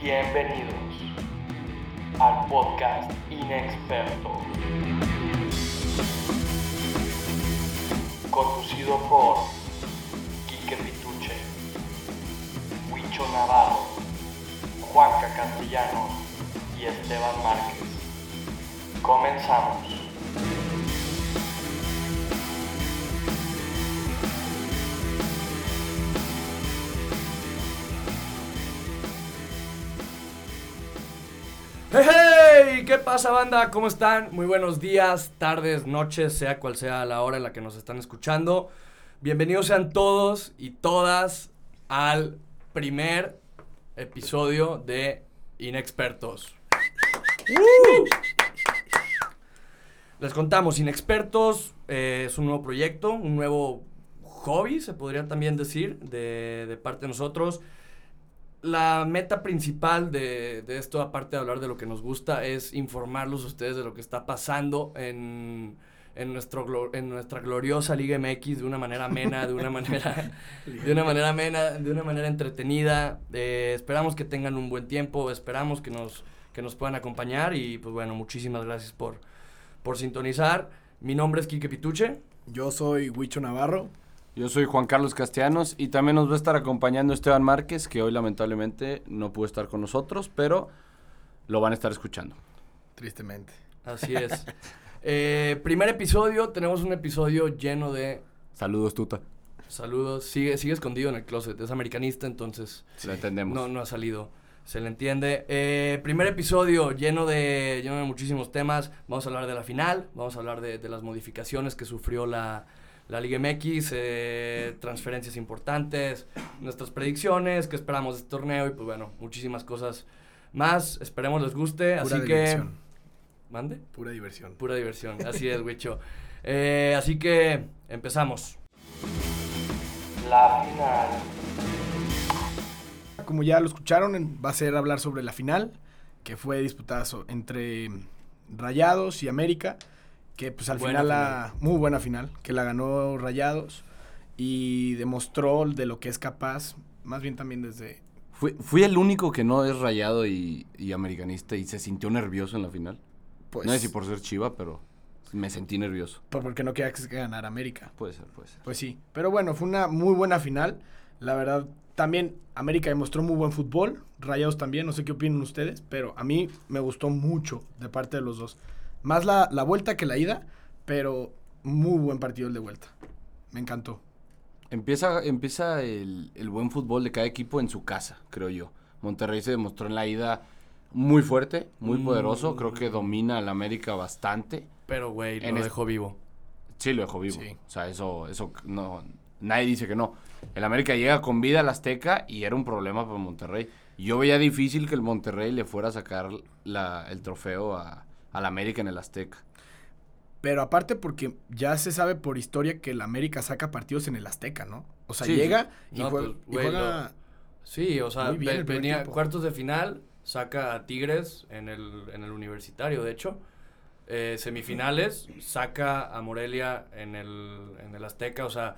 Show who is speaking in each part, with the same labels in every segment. Speaker 1: Bienvenidos al podcast Inexperto. Conducido por Quique Pituche, Huicho Navarro, Juanca Castellanos y Esteban Márquez. Comenzamos.
Speaker 2: ¡Hey! hey! ¿Qué pasa, banda? ¿Cómo están? Muy buenos días, tardes, noches, sea cual sea la hora en la que nos están escuchando. Bienvenidos sean todos y todas al primer episodio de Inexpertos. ¡Woo! Les contamos, Inexpertos eh, es un nuevo proyecto, un nuevo hobby, se podría también decir, de, de parte de nosotros la meta principal de, de esto, aparte de hablar de lo que nos gusta, es informarlos a ustedes de lo que está pasando en, en, nuestro, glo- en nuestra gloriosa Liga MX de una manera amena, de una manera, de una manera amena, de una manera entretenida. Eh, esperamos que tengan un buen tiempo, esperamos que nos, que nos puedan acompañar y pues bueno, muchísimas gracias por, por sintonizar. Mi nombre es Quique Pituche.
Speaker 3: Yo soy Huicho Navarro.
Speaker 4: Yo soy Juan Carlos Castellanos y también nos va a estar acompañando Esteban Márquez, que hoy lamentablemente no pudo estar con nosotros, pero lo van a estar escuchando.
Speaker 3: Tristemente.
Speaker 2: Así es. Eh, primer episodio, tenemos un episodio lleno de
Speaker 4: Saludos, Tuta.
Speaker 2: Saludos. Sigue, sigue escondido en el closet. Es americanista, entonces
Speaker 4: Lo entendemos.
Speaker 2: no, no ha salido. Se le entiende. Eh, primer episodio lleno de, lleno de muchísimos temas. Vamos a hablar de la final. Vamos a hablar de, de las modificaciones que sufrió la, la Liga MX. eh, transferencias importantes. Nuestras predicciones. ¿Qué esperamos de este torneo? Y pues bueno, muchísimas cosas más. Esperemos les guste.
Speaker 3: Pura
Speaker 2: así
Speaker 3: diversión.
Speaker 2: que. ¿Mande?
Speaker 3: Pura diversión.
Speaker 2: Pura diversión, así es, güecho. Eh, así que empezamos.
Speaker 1: La final.
Speaker 3: Como ya lo escucharon, en- va a ser hablar sobre la final, que fue disputada so- entre mm, Rayados y América, que pues al
Speaker 2: Buena
Speaker 3: final la... Muy buena final, que la ganó Rayados y demostró de lo que es capaz, más bien también desde...
Speaker 4: Fui, fui el único que no es rayado y, y americanista y se sintió nervioso en la final.
Speaker 3: Pues,
Speaker 4: no sé si por ser chiva, pero me sentí nervioso.
Speaker 3: por- porque no quería que se ganara América.
Speaker 4: Puede ser, puede ser.
Speaker 3: Pues sí, pero bueno, fue una muy buena final. La verdad, también América demostró muy buen fútbol, Rayados también, no sé qué opinan ustedes, pero a mí me gustó mucho de parte de los dos. Más la, la vuelta que la ida, pero muy buen partido el de vuelta. Me encantó.
Speaker 4: Empieza, empieza el, el buen fútbol de cada equipo en su casa, creo yo. Monterrey se demostró en la ida muy fuerte, muy
Speaker 2: Mm.
Speaker 4: poderoso. Creo que domina al América bastante.
Speaker 2: Pero, güey, lo
Speaker 4: En es-
Speaker 2: dejó vivo.
Speaker 4: Sí, lo dejó vivo.
Speaker 3: Sí.
Speaker 4: O sea, eso, eso no, nadie dice que no. El América llega con vida al Azteca y era un problema para Monterrey. Yo veía difícil que el Monterrey le fuera a sacar la- el trofeo a- al América en el Azteca.
Speaker 3: Pero aparte porque ya se sabe por historia que el América saca partidos en el Azteca, ¿no? O sea,
Speaker 4: Sí,
Speaker 3: llega y,
Speaker 2: No,
Speaker 3: jue-
Speaker 2: pues,
Speaker 3: y
Speaker 2: güey,
Speaker 3: juega...
Speaker 2: Sí, o sea,
Speaker 3: Muy bien
Speaker 2: ve-
Speaker 3: el primer
Speaker 2: venía
Speaker 3: tiempo.
Speaker 2: cuartos de final, saca a Tigres en el, en el universitario, de hecho. Eh, semifinales, saca a Morelia en el, en el Azteca, o sea,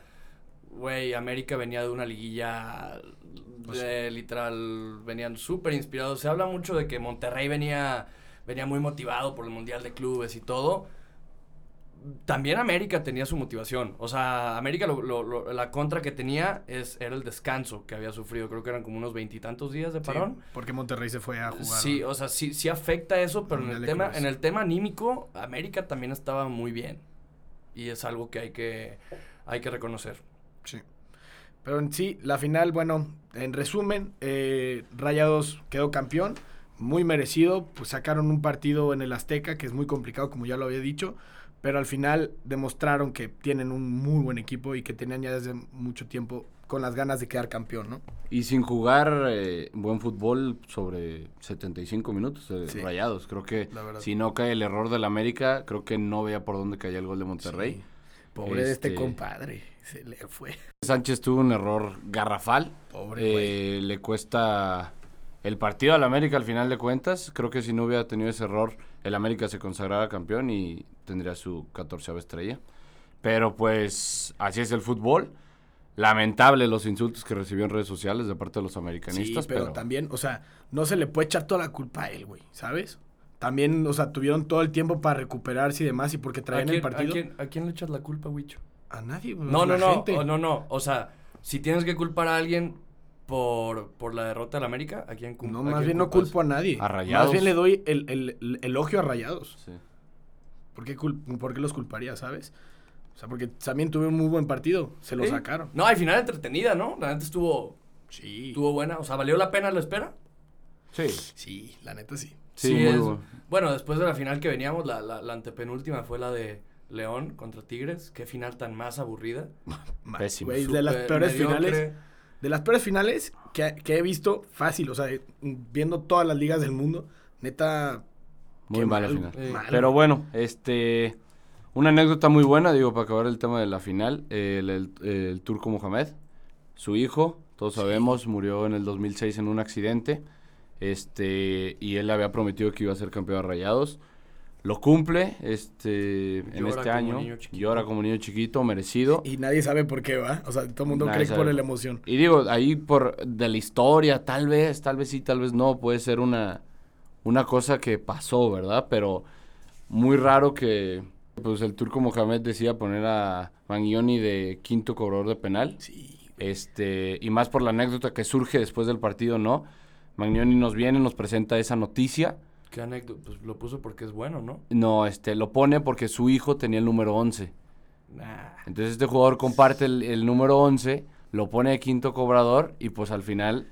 Speaker 2: güey, América venía de una liguilla
Speaker 3: Pues
Speaker 2: de, literal, venían súper inspirados. Se habla mucho de que Monterrey venía, venía muy motivado por el Mundial de Clubes y todo. También América tenía su motivación. O sea, América lo- lo- lo- la contra que tenía es, era el descanso que había sufrido. Creo que eran como unos veintitantos días de
Speaker 3: sí,
Speaker 2: parón.
Speaker 3: porque Monterrey se fue a jugar.
Speaker 2: Sí, o sea, sí, sí afecta eso, pero en
Speaker 3: Mundial
Speaker 2: el,
Speaker 3: de
Speaker 2: tema,
Speaker 3: Clubes.
Speaker 2: en el tema anímico, América también estaba muy bien. Y es algo que hay que, hay que reconocer.
Speaker 3: Sí. Pero en sí, la final, bueno, en resumen, eh, Rayados quedó campeón, muy merecido, pues sacaron un partido en el Azteca, que es muy complicado, como ya lo había dicho, pero al final demostraron que tienen un muy buen equipo y que tenían ya desde mucho tiempo con las ganas de quedar campeón, ¿no?
Speaker 4: Y sin jugar eh, buen fútbol sobre 75 minutos eh,
Speaker 3: Sí.
Speaker 4: rayados. Creo que
Speaker 3: La verdad.
Speaker 4: si no cae el error del América, creo que no veía por dónde caía el gol de Monterrey.
Speaker 3: Sí. Pobre de este
Speaker 4: Este-
Speaker 3: compadre, se le fue.
Speaker 4: Sánchez tuvo un error garrafal.
Speaker 3: Pobre güey.
Speaker 4: Eh, le cuesta el partido al América al final de cuentas. Creo que si no hubiera tenido ese error, el América se consagrara campeón y tendría su 14 estrella. Pero pues así es el fútbol. Lamentable los insultos que recibió en redes sociales de parte de los americanistas.
Speaker 3: Sí, pero, también, o sea, no se le puede echar toda la culpa a él, güey, ¿sabes? También, o sea, tuvieron todo el tiempo para recuperarse y demás, y porque
Speaker 2: ¿A
Speaker 3: traían
Speaker 2: quién,
Speaker 3: el partido.
Speaker 2: a quién- a quién le echas la culpa, Huicho?
Speaker 3: A nadie, güey.
Speaker 2: No,
Speaker 3: la
Speaker 2: no, no,
Speaker 3: gente.
Speaker 2: o- no, no. O sea, si tienes que culpar a alguien por, por la derrota del América, ¿a quién cul-
Speaker 3: No,
Speaker 2: a
Speaker 3: más
Speaker 2: quién
Speaker 3: bien no
Speaker 2: culpas?
Speaker 3: culpo a nadie.
Speaker 4: A Rayados.
Speaker 3: Más bien le doy el, el- el elogio a Rayados.
Speaker 4: Sí.
Speaker 3: ¿Por qué, cul- por qué los culparía, sabes? O sea, porque también tuve un muy buen partido. Se lo
Speaker 2: Sí.
Speaker 3: sacaron.
Speaker 2: No, al final entretenida, ¿no? La neta estuvo,
Speaker 3: Sí.
Speaker 2: estuvo buena. O sea, ¿valió la pena la espera?
Speaker 4: Sí.
Speaker 3: Sí, la neta sí.
Speaker 4: Sí, muy
Speaker 2: es-
Speaker 4: bueno.
Speaker 2: Bueno, después de la final que veníamos, la, la- la antepenúltima fue la de León contra Tigres. Qué final tan más aburrida.
Speaker 3: Ma-
Speaker 4: Pésimo.
Speaker 3: güey, de las
Speaker 2: Súper
Speaker 3: peores
Speaker 2: mediocre.
Speaker 3: finales. De las peores finales que, que he visto fácil. O sea, eh, viendo todas las ligas del mundo. Neta.
Speaker 4: Muy
Speaker 3: qué
Speaker 4: mala
Speaker 3: mal,
Speaker 4: final.
Speaker 2: eh,
Speaker 3: mal.
Speaker 4: Pero bueno, este. Una anécdota muy buena, digo, para acabar el tema de la final. El, el- el turco Mohamed, su hijo, todos sabemos, murió en el 2006 en un accidente. Este, y él había prometido que iba a ser campeón de rayados. Lo cumple, este, en
Speaker 2: Llora
Speaker 4: este
Speaker 2: como
Speaker 4: año.
Speaker 2: niño chiquito.
Speaker 4: Llora como niño chiquito, merecido.
Speaker 3: Y nadie sabe por qué va. O sea, todo el mundo
Speaker 4: Nadie
Speaker 3: cree que por
Speaker 4: sabe.
Speaker 3: la emoción.
Speaker 4: Y digo, ahí por de la historia, tal vez, tal vez sí, tal vez no, puede ser una, una cosa que pasó, ¿verdad? Pero muy raro que pues el turco Mohamed decida poner a Mangioni de quinto cobrador de penal.
Speaker 3: Sí.
Speaker 4: Este, y más por la anécdota que surge después del partido, ¿no? Mangioni nos viene, nos presenta esa noticia.
Speaker 2: Qué anécdota. Pues lo puso porque es bueno, ¿no?
Speaker 4: No, este, lo pone porque su hijo tenía el número 11.
Speaker 2: Nah.
Speaker 4: Entonces este jugador comparte el, el número 11, lo pone de quinto cobrador y pues al final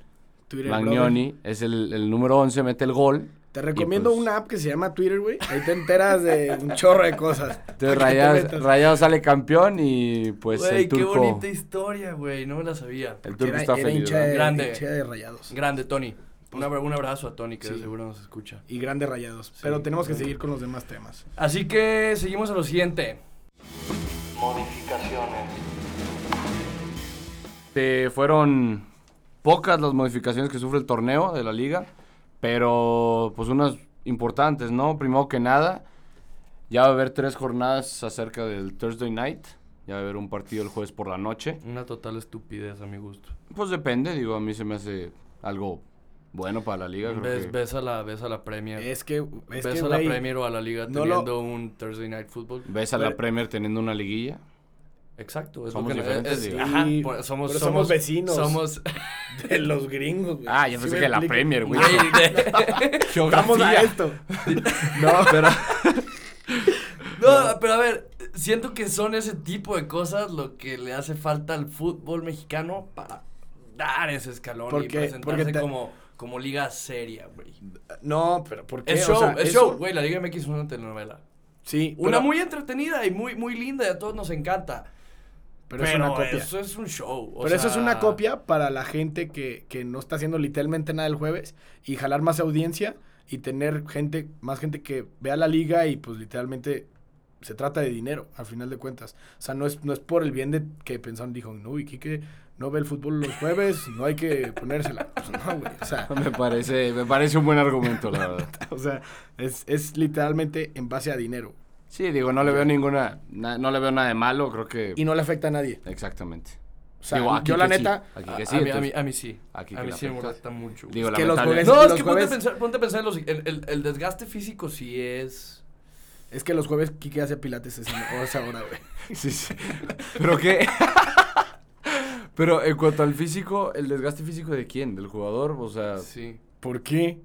Speaker 3: Twitter, brother.
Speaker 4: Magnoni es el, el número 11, mete el gol.
Speaker 3: Te recomiendo
Speaker 4: Y, pues,
Speaker 3: una app que se llama Twitter, güey. Ahí te enteras de un chorro de cosas.
Speaker 4: Entonces
Speaker 3: Para que te
Speaker 4: Rayados,
Speaker 3: metas.
Speaker 4: Rayados sale campeón y pues
Speaker 2: Güey,
Speaker 4: el
Speaker 2: qué
Speaker 4: turco,
Speaker 2: bonita historia, güey. No me la sabía.
Speaker 4: el
Speaker 3: Que
Speaker 4: turco
Speaker 3: era,
Speaker 4: está
Speaker 3: era
Speaker 4: feliz.
Speaker 3: hincha
Speaker 4: ¿verdad?
Speaker 3: de,
Speaker 2: Grande.
Speaker 3: hincha de rayados.
Speaker 2: Grande, Tony. Un abra- un abrazo a Tony, que
Speaker 3: Pues, Sí.
Speaker 2: seguro nos escucha.
Speaker 3: Y grande rayados. Pero tenemos que seguir con los demás temas.
Speaker 2: Así que seguimos a lo siguiente.
Speaker 1: Modificaciones.
Speaker 4: Este, fueron pocas las modificaciones que sufre el torneo de la liga, pero pues unas importantes, ¿no? Primero que nada, ya va a haber tres jornadas acerca del Thursday Night, ya va a haber un partido el jueves por la noche.
Speaker 2: Una total estupidez a mi gusto.
Speaker 4: Pues depende, digo, a mí se me hace algo bueno para la liga. creo
Speaker 2: Ves,
Speaker 4: que-
Speaker 2: ves a la, ves a la Premier.
Speaker 3: Es que, es
Speaker 2: ves
Speaker 3: que,
Speaker 2: a la
Speaker 3: güey,
Speaker 2: Premier o a la Liga
Speaker 3: no lo-
Speaker 2: teniendo un Thursday Night Football.
Speaker 4: ¿Ves a la
Speaker 3: Pero-
Speaker 4: Premier teniendo una liguilla?
Speaker 2: Exacto. Es
Speaker 4: Somos
Speaker 2: lo que,
Speaker 4: diferentes,
Speaker 2: es-
Speaker 4: digo.
Speaker 2: ajá,
Speaker 3: Sí,
Speaker 2: por- somos,
Speaker 3: pero somos vecinos.
Speaker 2: Somos.
Speaker 3: de los gringos, güey.
Speaker 4: Ah, yo
Speaker 3: Sí
Speaker 4: pensé
Speaker 3: me
Speaker 4: que la
Speaker 3: explico.
Speaker 4: Premier, güey.
Speaker 2: Güey, de-
Speaker 3: Vamos a esto.
Speaker 4: No, pero...
Speaker 2: no, pero a ver, siento que son ese tipo de cosas lo que le hace falta al fútbol mexicano para dar ese escalón y
Speaker 3: Porque-
Speaker 2: presentarse
Speaker 3: porque te-
Speaker 2: como, como liga seria, güey.
Speaker 3: No, pero ¿por qué?
Speaker 2: Es
Speaker 3: O
Speaker 2: show,
Speaker 3: sea,
Speaker 2: Eh, es
Speaker 3: eso-
Speaker 2: show. Güey, la Liga MX es una telenovela.
Speaker 3: Sí.
Speaker 2: Una
Speaker 3: pero-
Speaker 2: muy entretenida y muy, muy linda y a todos nos encanta.
Speaker 3: Pero, es una copia.
Speaker 2: eso es un show. o
Speaker 3: pero eso es
Speaker 2: sea,
Speaker 3: una copia para la gente que, que no está haciendo literalmente nada el jueves y jalar más audiencia y tener gente, más gente que vea la liga y pues literalmente se trata de dinero al final de cuentas. O sea, no es, no es por el bien de que pensaron, dijo, no, y Quique no ve el fútbol los jueves, no hay que ponérsela. Pues no, güey. O sea,
Speaker 4: Me parece, me parece un buen argumento, la verdad.
Speaker 3: o sea, es, es literalmente en base a dinero.
Speaker 4: Sí, digo, no le veo ninguna... na- no le veo nada de malo, creo que...
Speaker 3: Y no le afecta a nadie.
Speaker 4: Exactamente.
Speaker 3: O sea,
Speaker 4: Digo, aquí
Speaker 3: yo la
Speaker 4: que sí,
Speaker 3: neta,
Speaker 4: aquí
Speaker 2: A,
Speaker 4: que sí,
Speaker 2: a mí, a,
Speaker 4: entonces-
Speaker 2: mí, a mí sí.
Speaker 4: Aquí
Speaker 2: a
Speaker 4: que
Speaker 2: mí
Speaker 4: la
Speaker 2: sí me
Speaker 4: afecta.
Speaker 2: molesta mucho. güey.
Speaker 4: Digo,
Speaker 3: Es que los
Speaker 4: lamentable-
Speaker 3: jueves-
Speaker 2: no, es
Speaker 3: los
Speaker 2: que ponte a,
Speaker 3: jueves-
Speaker 2: pensar, ponte a pensar en los- el, el- el desgaste físico sí es...
Speaker 3: es que los jueves Quique hace pilates a esa- a esa hora, güey.
Speaker 4: Sí, sí. Pero qué... Pero en cuanto al físico, ¿el desgaste físico de quién? ¿Del jugador? O sea...
Speaker 2: Sí.
Speaker 3: ¿Por qué?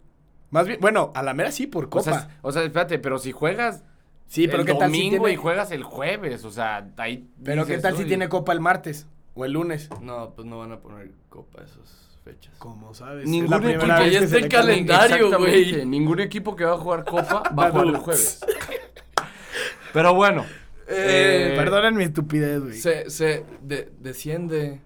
Speaker 3: Más bien, bueno, a la mera sí, por
Speaker 4: O
Speaker 3: copa.
Speaker 4: sea, o sea, espérate, pero si juegas
Speaker 3: Pues sí, pero
Speaker 4: el
Speaker 3: ¿qué tal si
Speaker 4: domingo
Speaker 3: tiene,
Speaker 4: y juegas el jueves, o sea, ahí...
Speaker 3: Pero ¿qué
Speaker 4: dices,
Speaker 3: tal si
Speaker 4: "Uy".
Speaker 3: tiene copa el martes o el lunes?
Speaker 2: No, pues no van a poner copa a esas fechas.
Speaker 3: Como sabes,
Speaker 4: Ningún equipo
Speaker 2: Porque ya está el calendario,
Speaker 4: Exactamente,
Speaker 2: güey.
Speaker 4: Ningún equipo que va a jugar Copa va a jugar el jueves. Pero bueno.
Speaker 2: Eh,
Speaker 4: eh,
Speaker 3: Perdonen mi estupidez, güey.
Speaker 2: Se, se de- desciende,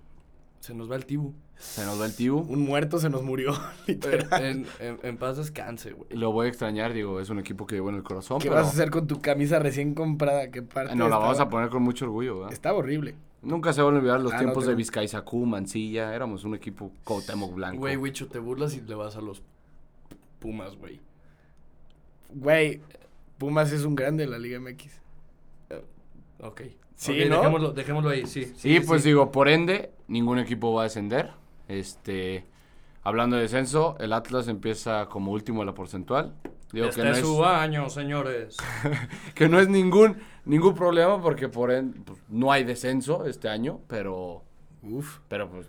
Speaker 2: se nos va el tibu.
Speaker 4: Se nos va el Tibu.
Speaker 3: Un muerto se nos murió,
Speaker 2: Eh,
Speaker 3: literal.
Speaker 2: en, en- en paz descanse, güey.
Speaker 4: Lo voy a extrañar, digo, es un equipo que llevo en el corazón.
Speaker 3: ¿Qué
Speaker 4: pero
Speaker 3: vas a hacer con tu camisa recién comprada? ¿Qué parte?
Speaker 4: Nos la
Speaker 3: estaba?
Speaker 4: vamos a poner con mucho orgullo, ¿verdad?
Speaker 3: Estaba horrible.
Speaker 4: Nunca se van a olvidar los
Speaker 3: Ah, no
Speaker 4: tiempos de
Speaker 3: tengo-
Speaker 4: Vizcaizacú, Mancilla. Éramos un equipo Cuauhtémoc Blanco.
Speaker 2: Güey, Wicho, te burlas y le vas a los Pumas, güey.
Speaker 3: Güey, Pumas es un grande de la Liga MX.
Speaker 2: Ok.
Speaker 3: Sí,
Speaker 2: Ok,
Speaker 3: ¿no?
Speaker 2: dejémoslo, dejémoslo ahí, sí.
Speaker 4: Sí, pues digo, por ende, ningún equipo va a descender. Este, hablando de descenso, el Atlas empieza como último en la porcentual. Digo
Speaker 2: Este
Speaker 4: que no,
Speaker 2: es su
Speaker 4: es,
Speaker 2: año, señores.
Speaker 4: que no es ningún ningún problema porque por en- pues, no hay descenso este año, pero
Speaker 3: Uf.
Speaker 4: pero pues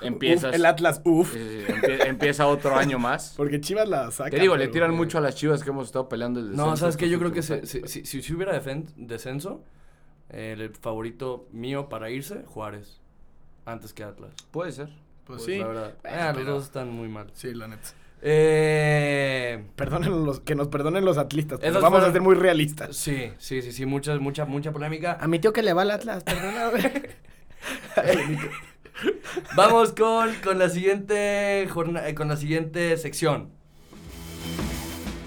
Speaker 4: empiezas
Speaker 3: Uf, Eh, el Atlas, uf.
Speaker 4: Sí, sí, sí, empie- empieza otro año más.
Speaker 3: Porque Chivas la saca.
Speaker 4: Te digo, le
Speaker 3: pero-
Speaker 4: tiran mucho a las Chivas que hemos estado peleando el descenso. pues,
Speaker 2: No, ¿sabes qué?
Speaker 4: estos
Speaker 2: Yo creo que se-
Speaker 4: últimos
Speaker 2: si,
Speaker 4: años.
Speaker 2: si, si- si hubiera defen- descenso, el favorito mío para irse, Juárez. Antes que Atlas.
Speaker 4: Puede ser.
Speaker 3: Pues sí.
Speaker 2: La verdad.
Speaker 3: Bueno,
Speaker 2: Ah, los
Speaker 3: pero-
Speaker 2: dos están muy mal.
Speaker 3: Sí, la neta.
Speaker 2: Eh,
Speaker 3: Perdonen los, que nos perdonen los atlistas. pero
Speaker 2: Esas
Speaker 3: vamos
Speaker 2: fueron-
Speaker 3: a ser muy realistas.
Speaker 2: sí, sí, sí, sí. Mucha, mucha, mucha polémica.
Speaker 3: mi tío que le va al Atlas, perdóname.
Speaker 2: Vamos con, con la siguiente jorna- eh, con la siguiente sección.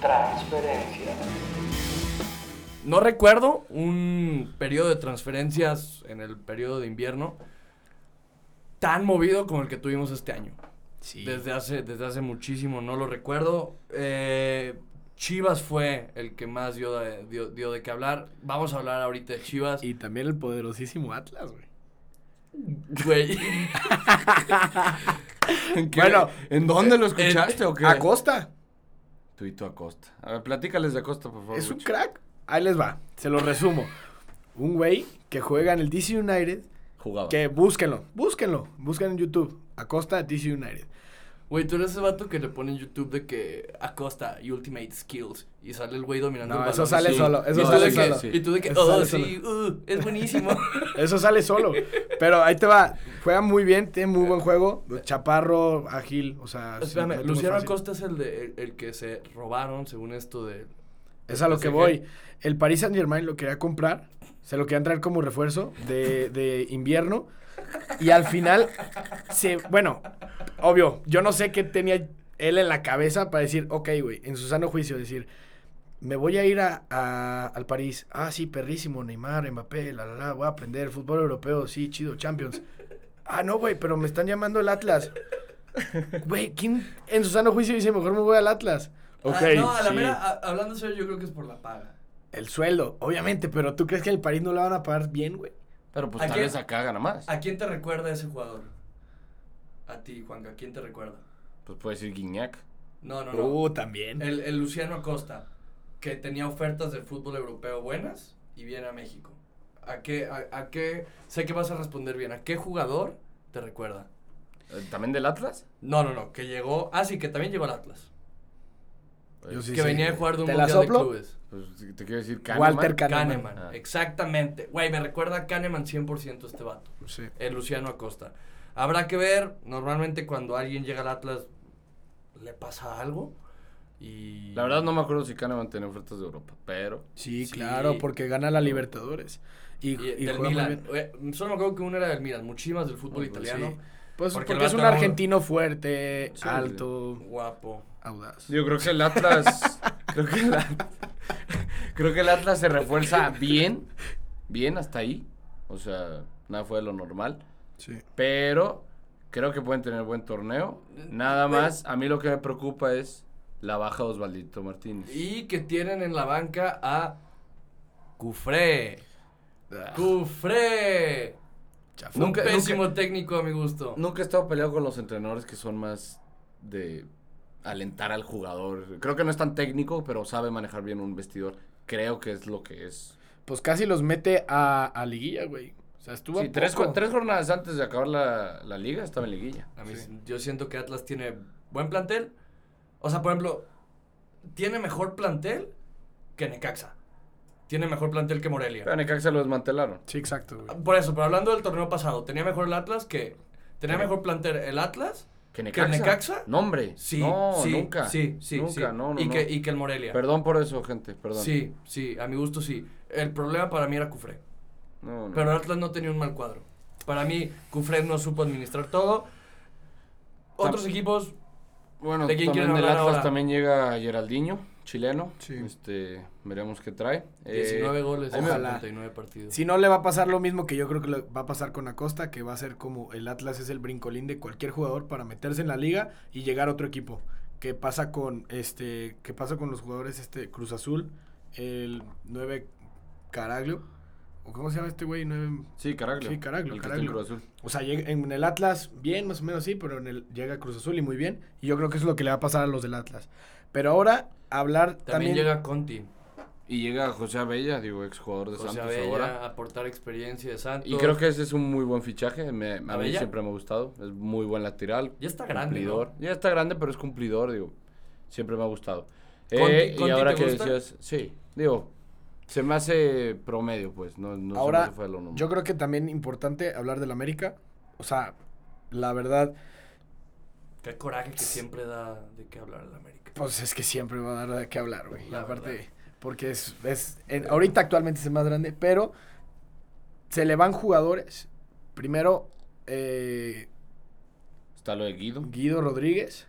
Speaker 1: Transferencias.
Speaker 2: No recuerdo un periodo de transferencias en el periodo de invierno tan movido como el que tuvimos este año.
Speaker 3: sí.
Speaker 2: Desde hace, desde hace muchísimo, no lo recuerdo. Eh, Chivas fue el que más dio de, dio, dio de qué hablar. Vamos a hablar ahorita de Chivas.
Speaker 3: Y también el poderosísimo Atlas, güey.
Speaker 2: Güey.
Speaker 4: ¿En qué-
Speaker 3: Bueno,
Speaker 4: ¿en dónde lo
Speaker 2: en-
Speaker 4: escuchaste o qué?
Speaker 3: Acosta.
Speaker 4: Tuito Acosta. A ver, platícales de Acosta, por favor.
Speaker 3: Es un
Speaker 4: Lucho.
Speaker 3: crack. Ahí les va. Se lo resumo. Un güey que juega en el DC United.
Speaker 4: Jugaba.
Speaker 3: Que búsquenlo. Búsquenlo. Busquen en YouTube. Acosta DC United.
Speaker 2: Güey, tú eres ese vato que le pone en YouTube de que Acosta y Ultimate Skills y sale el güey dominando
Speaker 3: No,
Speaker 2: el
Speaker 3: eso
Speaker 2: balón
Speaker 3: sale
Speaker 2: así.
Speaker 3: solo, eso
Speaker 2: y tú
Speaker 4: sale
Speaker 2: de que-
Speaker 4: solo.
Speaker 2: Y tú de que,
Speaker 3: Eso
Speaker 2: oh,
Speaker 3: sale
Speaker 2: sí, uh, es buenísimo.
Speaker 3: Eso sale solo. Pero ahí te va. Juega muy bien. Tiene muy buen juego. Chaparro, ágil. O sea. sí,
Speaker 2: Espérame,
Speaker 3: no tiene
Speaker 2: Luciano
Speaker 3: fácil.
Speaker 2: Acosta es el, de, el, el que se robaron, según esto de...
Speaker 3: Es a lo que
Speaker 2: PSG.
Speaker 3: voy. El Paris Saint Germain lo quería comprar. Se lo querían traer como refuerzo de, de invierno. Y al final, se, bueno, obvio, yo no sé qué tenía él en la cabeza para decir, ok, güey, en su sano juicio, decir, me voy a ir a, a- al París. Ah, sí, perrísimo, Neymar, Mbappé, la, la, la, voy a aprender fútbol europeo, sí, chido, Champions. Ah, no, güey, pero me están llamando el Atlas. Güey, ¿quién en su sano juicio dice, mejor me voy al Atlas? Ok,
Speaker 2: Ah, no, a la
Speaker 3: sí.
Speaker 2: mera, a- hablando serio, yo creo que es por la paga.
Speaker 3: El sueldo, obviamente, pero ¿tú crees que en el París no la van a pagar bien, güey?
Speaker 4: Pero pues
Speaker 2: ¿A
Speaker 4: tal
Speaker 2: quién?
Speaker 4: vez acá gana más.
Speaker 2: ¿A quién te recuerda ese jugador? A ti, Juanca, ¿a quién te recuerda?
Speaker 4: Pues puede decir Guiñac.
Speaker 2: No, no, no.
Speaker 3: Uh, también.
Speaker 2: El, el Luciano Acosta, que tenía ofertas del fútbol europeo buenas y viene a México. ¿A qué, a, a qué, sé que vas a responder bien, ¿a qué jugador te recuerda?
Speaker 4: Eh, ¿También del Atlas?
Speaker 2: No, no, no, que llegó, ah, sí, que también llegó al Atlas.
Speaker 3: Yo sí
Speaker 2: que
Speaker 3: sé.
Speaker 2: venía a jugar de un
Speaker 3: ¿Te la
Speaker 2: mundial de
Speaker 3: soplo?
Speaker 2: clubes.
Speaker 4: Pues te quiero decir Kahneman.
Speaker 3: Walter Kahneman.
Speaker 2: Kahneman,
Speaker 4: Ah.
Speaker 2: exactamente. Güey, me recuerda a Kahneman 100% este vato.
Speaker 3: Sí.
Speaker 2: el Luciano Acosta. Habrá que ver, normalmente cuando alguien llega al Atlas, le pasa algo. Y...
Speaker 4: La verdad no me acuerdo si Kahneman tenía ofertas de Europa, pero...
Speaker 3: Sí,
Speaker 2: Sí.
Speaker 3: claro, porque gana la Libertadores. Y,
Speaker 2: y
Speaker 3: y
Speaker 2: del
Speaker 3: juega muy
Speaker 2: Milan.
Speaker 3: bien.
Speaker 2: Oye, Solo me acuerdo que uno era del Milan, muchísimas del fútbol
Speaker 4: Ah, pues
Speaker 2: italiano.
Speaker 3: sí. Pues
Speaker 2: Porque
Speaker 3: porque,
Speaker 2: el
Speaker 3: es
Speaker 2: vato
Speaker 3: un
Speaker 2: era muy-
Speaker 3: argentino fuerte,
Speaker 4: Sí,
Speaker 3: alto,
Speaker 2: Guapo.
Speaker 3: audaz.
Speaker 4: Yo creo que el Atlas... creo, que el, At- creo que el Atlas se refuerza bien, bien hasta ahí. O sea, nada fue de lo normal.
Speaker 3: Sí.
Speaker 4: Pero creo que pueden tener buen torneo. Nada más, a mí lo que me preocupa es la baja de Osvaldito Martínez.
Speaker 2: Y que tienen en la banca a Cufré.
Speaker 3: Ah,
Speaker 4: Ah.
Speaker 2: Cufré.
Speaker 3: Chafa.
Speaker 2: Un
Speaker 4: Nunca-
Speaker 2: pésimo técnico a mi gusto.
Speaker 4: Nunca he estado peleado con los entrenadores que son más de alentar al jugador. Creo que no es tan técnico, pero sabe manejar bien un vestidor. Creo que es lo que es.
Speaker 3: Pues casi los mete a, a liguilla, güey. O sea, estuvo
Speaker 4: Sí,
Speaker 3: a
Speaker 4: tres,
Speaker 3: poco.
Speaker 4: jo- tres jornadas antes de acabar la, la liga estaba en liguilla.
Speaker 2: A mí, Yo siento que Atlas tiene buen plantel. O sea, por ejemplo, tiene mejor plantel que Necaxa. Tiene mejor plantel que Morelia.
Speaker 4: Pero a Necaxa lo desmantelaron.
Speaker 3: Sí, exacto, güey.
Speaker 2: Por eso, pero hablando del torneo pasado, tenía mejor el Atlas que. Tenía mejor plantel el Atlas.
Speaker 4: ¿Que
Speaker 2: Necaxa?
Speaker 4: Necaxa? No, hombre.
Speaker 2: Sí,
Speaker 4: no,
Speaker 2: sí,
Speaker 4: nunca.
Speaker 2: Sí, sí,
Speaker 4: Nunca,
Speaker 2: sí.
Speaker 4: no, no,
Speaker 2: y,
Speaker 4: no.
Speaker 2: Que, y que el Morelia.
Speaker 4: Perdón por eso, gente, perdón.
Speaker 2: Sí, sí, a mi gusto sí. El problema para mí era Cufré.
Speaker 4: No, no.
Speaker 2: Pero el Atlas no tenía un mal cuadro. Para mí, Cufré no supo administrar todo. Otros equipos,
Speaker 4: Bueno,
Speaker 2: ¿De quién
Speaker 4: también
Speaker 2: quieren
Speaker 4: del
Speaker 2: hablar
Speaker 4: Atlas
Speaker 2: ahora?
Speaker 4: también llega Geraldinho, chileno.
Speaker 3: Sí.
Speaker 4: Este, veremos qué trae. Eh,
Speaker 2: 19 goles en
Speaker 3: ojalá.
Speaker 2: 59 partidos.
Speaker 3: Si no le va a pasar lo mismo que yo creo que le va a pasar con Acosta, que va a ser como el Atlas es el brincolín de cualquier jugador para meterse en la liga y llegar a otro equipo. Que pasa con este, que pasa con los jugadores este Cruz Azul, el 9 Caraglio, ¿Cómo se llama este güey? Nueve-
Speaker 4: Sí, Caraglio.
Speaker 3: Sí, Caraglio,
Speaker 4: El que está en
Speaker 3: Caraglio.
Speaker 4: Cruz Azul.
Speaker 3: O sea, llega- en el Atlas, bien, más o menos sí, pero en el, llega a Cruz Azul y muy bien. Y yo creo que eso es lo que le va a pasar a los del Atlas. Pero ahora, hablar
Speaker 2: También
Speaker 3: también.
Speaker 2: llega Conti.
Speaker 4: Y llega José Abella, digo, ex jugador de
Speaker 2: José
Speaker 4: Santos
Speaker 2: Abella,
Speaker 4: ahora.
Speaker 2: a aportar experiencia de Santos.
Speaker 4: Y creo que ese es un muy buen fichaje. me- a mí
Speaker 2: ¿Abella?
Speaker 4: siempre me ha gustado. Es muy buen lateral.
Speaker 2: Ya está grande,
Speaker 4: Cumplidor. Ah, Ya está grande, pero es cumplidor, digo. Siempre me ha gustado.
Speaker 2: ¿Conti-
Speaker 4: Eh, y
Speaker 2: Conti
Speaker 4: ahora
Speaker 2: te
Speaker 4: que
Speaker 2: gusta?
Speaker 4: decías, sí, digo, se me hace promedio, pues. No, no se me
Speaker 3: ahora,
Speaker 4: hace fuera de lo normal.
Speaker 3: yo creo que también importante hablar del América. O sea, la verdad,
Speaker 2: Qué coraje que siempre da de qué hablar el América.
Speaker 3: pues es que siempre va a dar de qué hablar, güey.
Speaker 2: La
Speaker 3: Aparte,
Speaker 2: verdad.
Speaker 3: porque es. es en- ahorita actualmente es el más grande, pero se le van jugadores. Primero, eh,
Speaker 4: Está lo de Guido.
Speaker 3: Guido Rodríguez,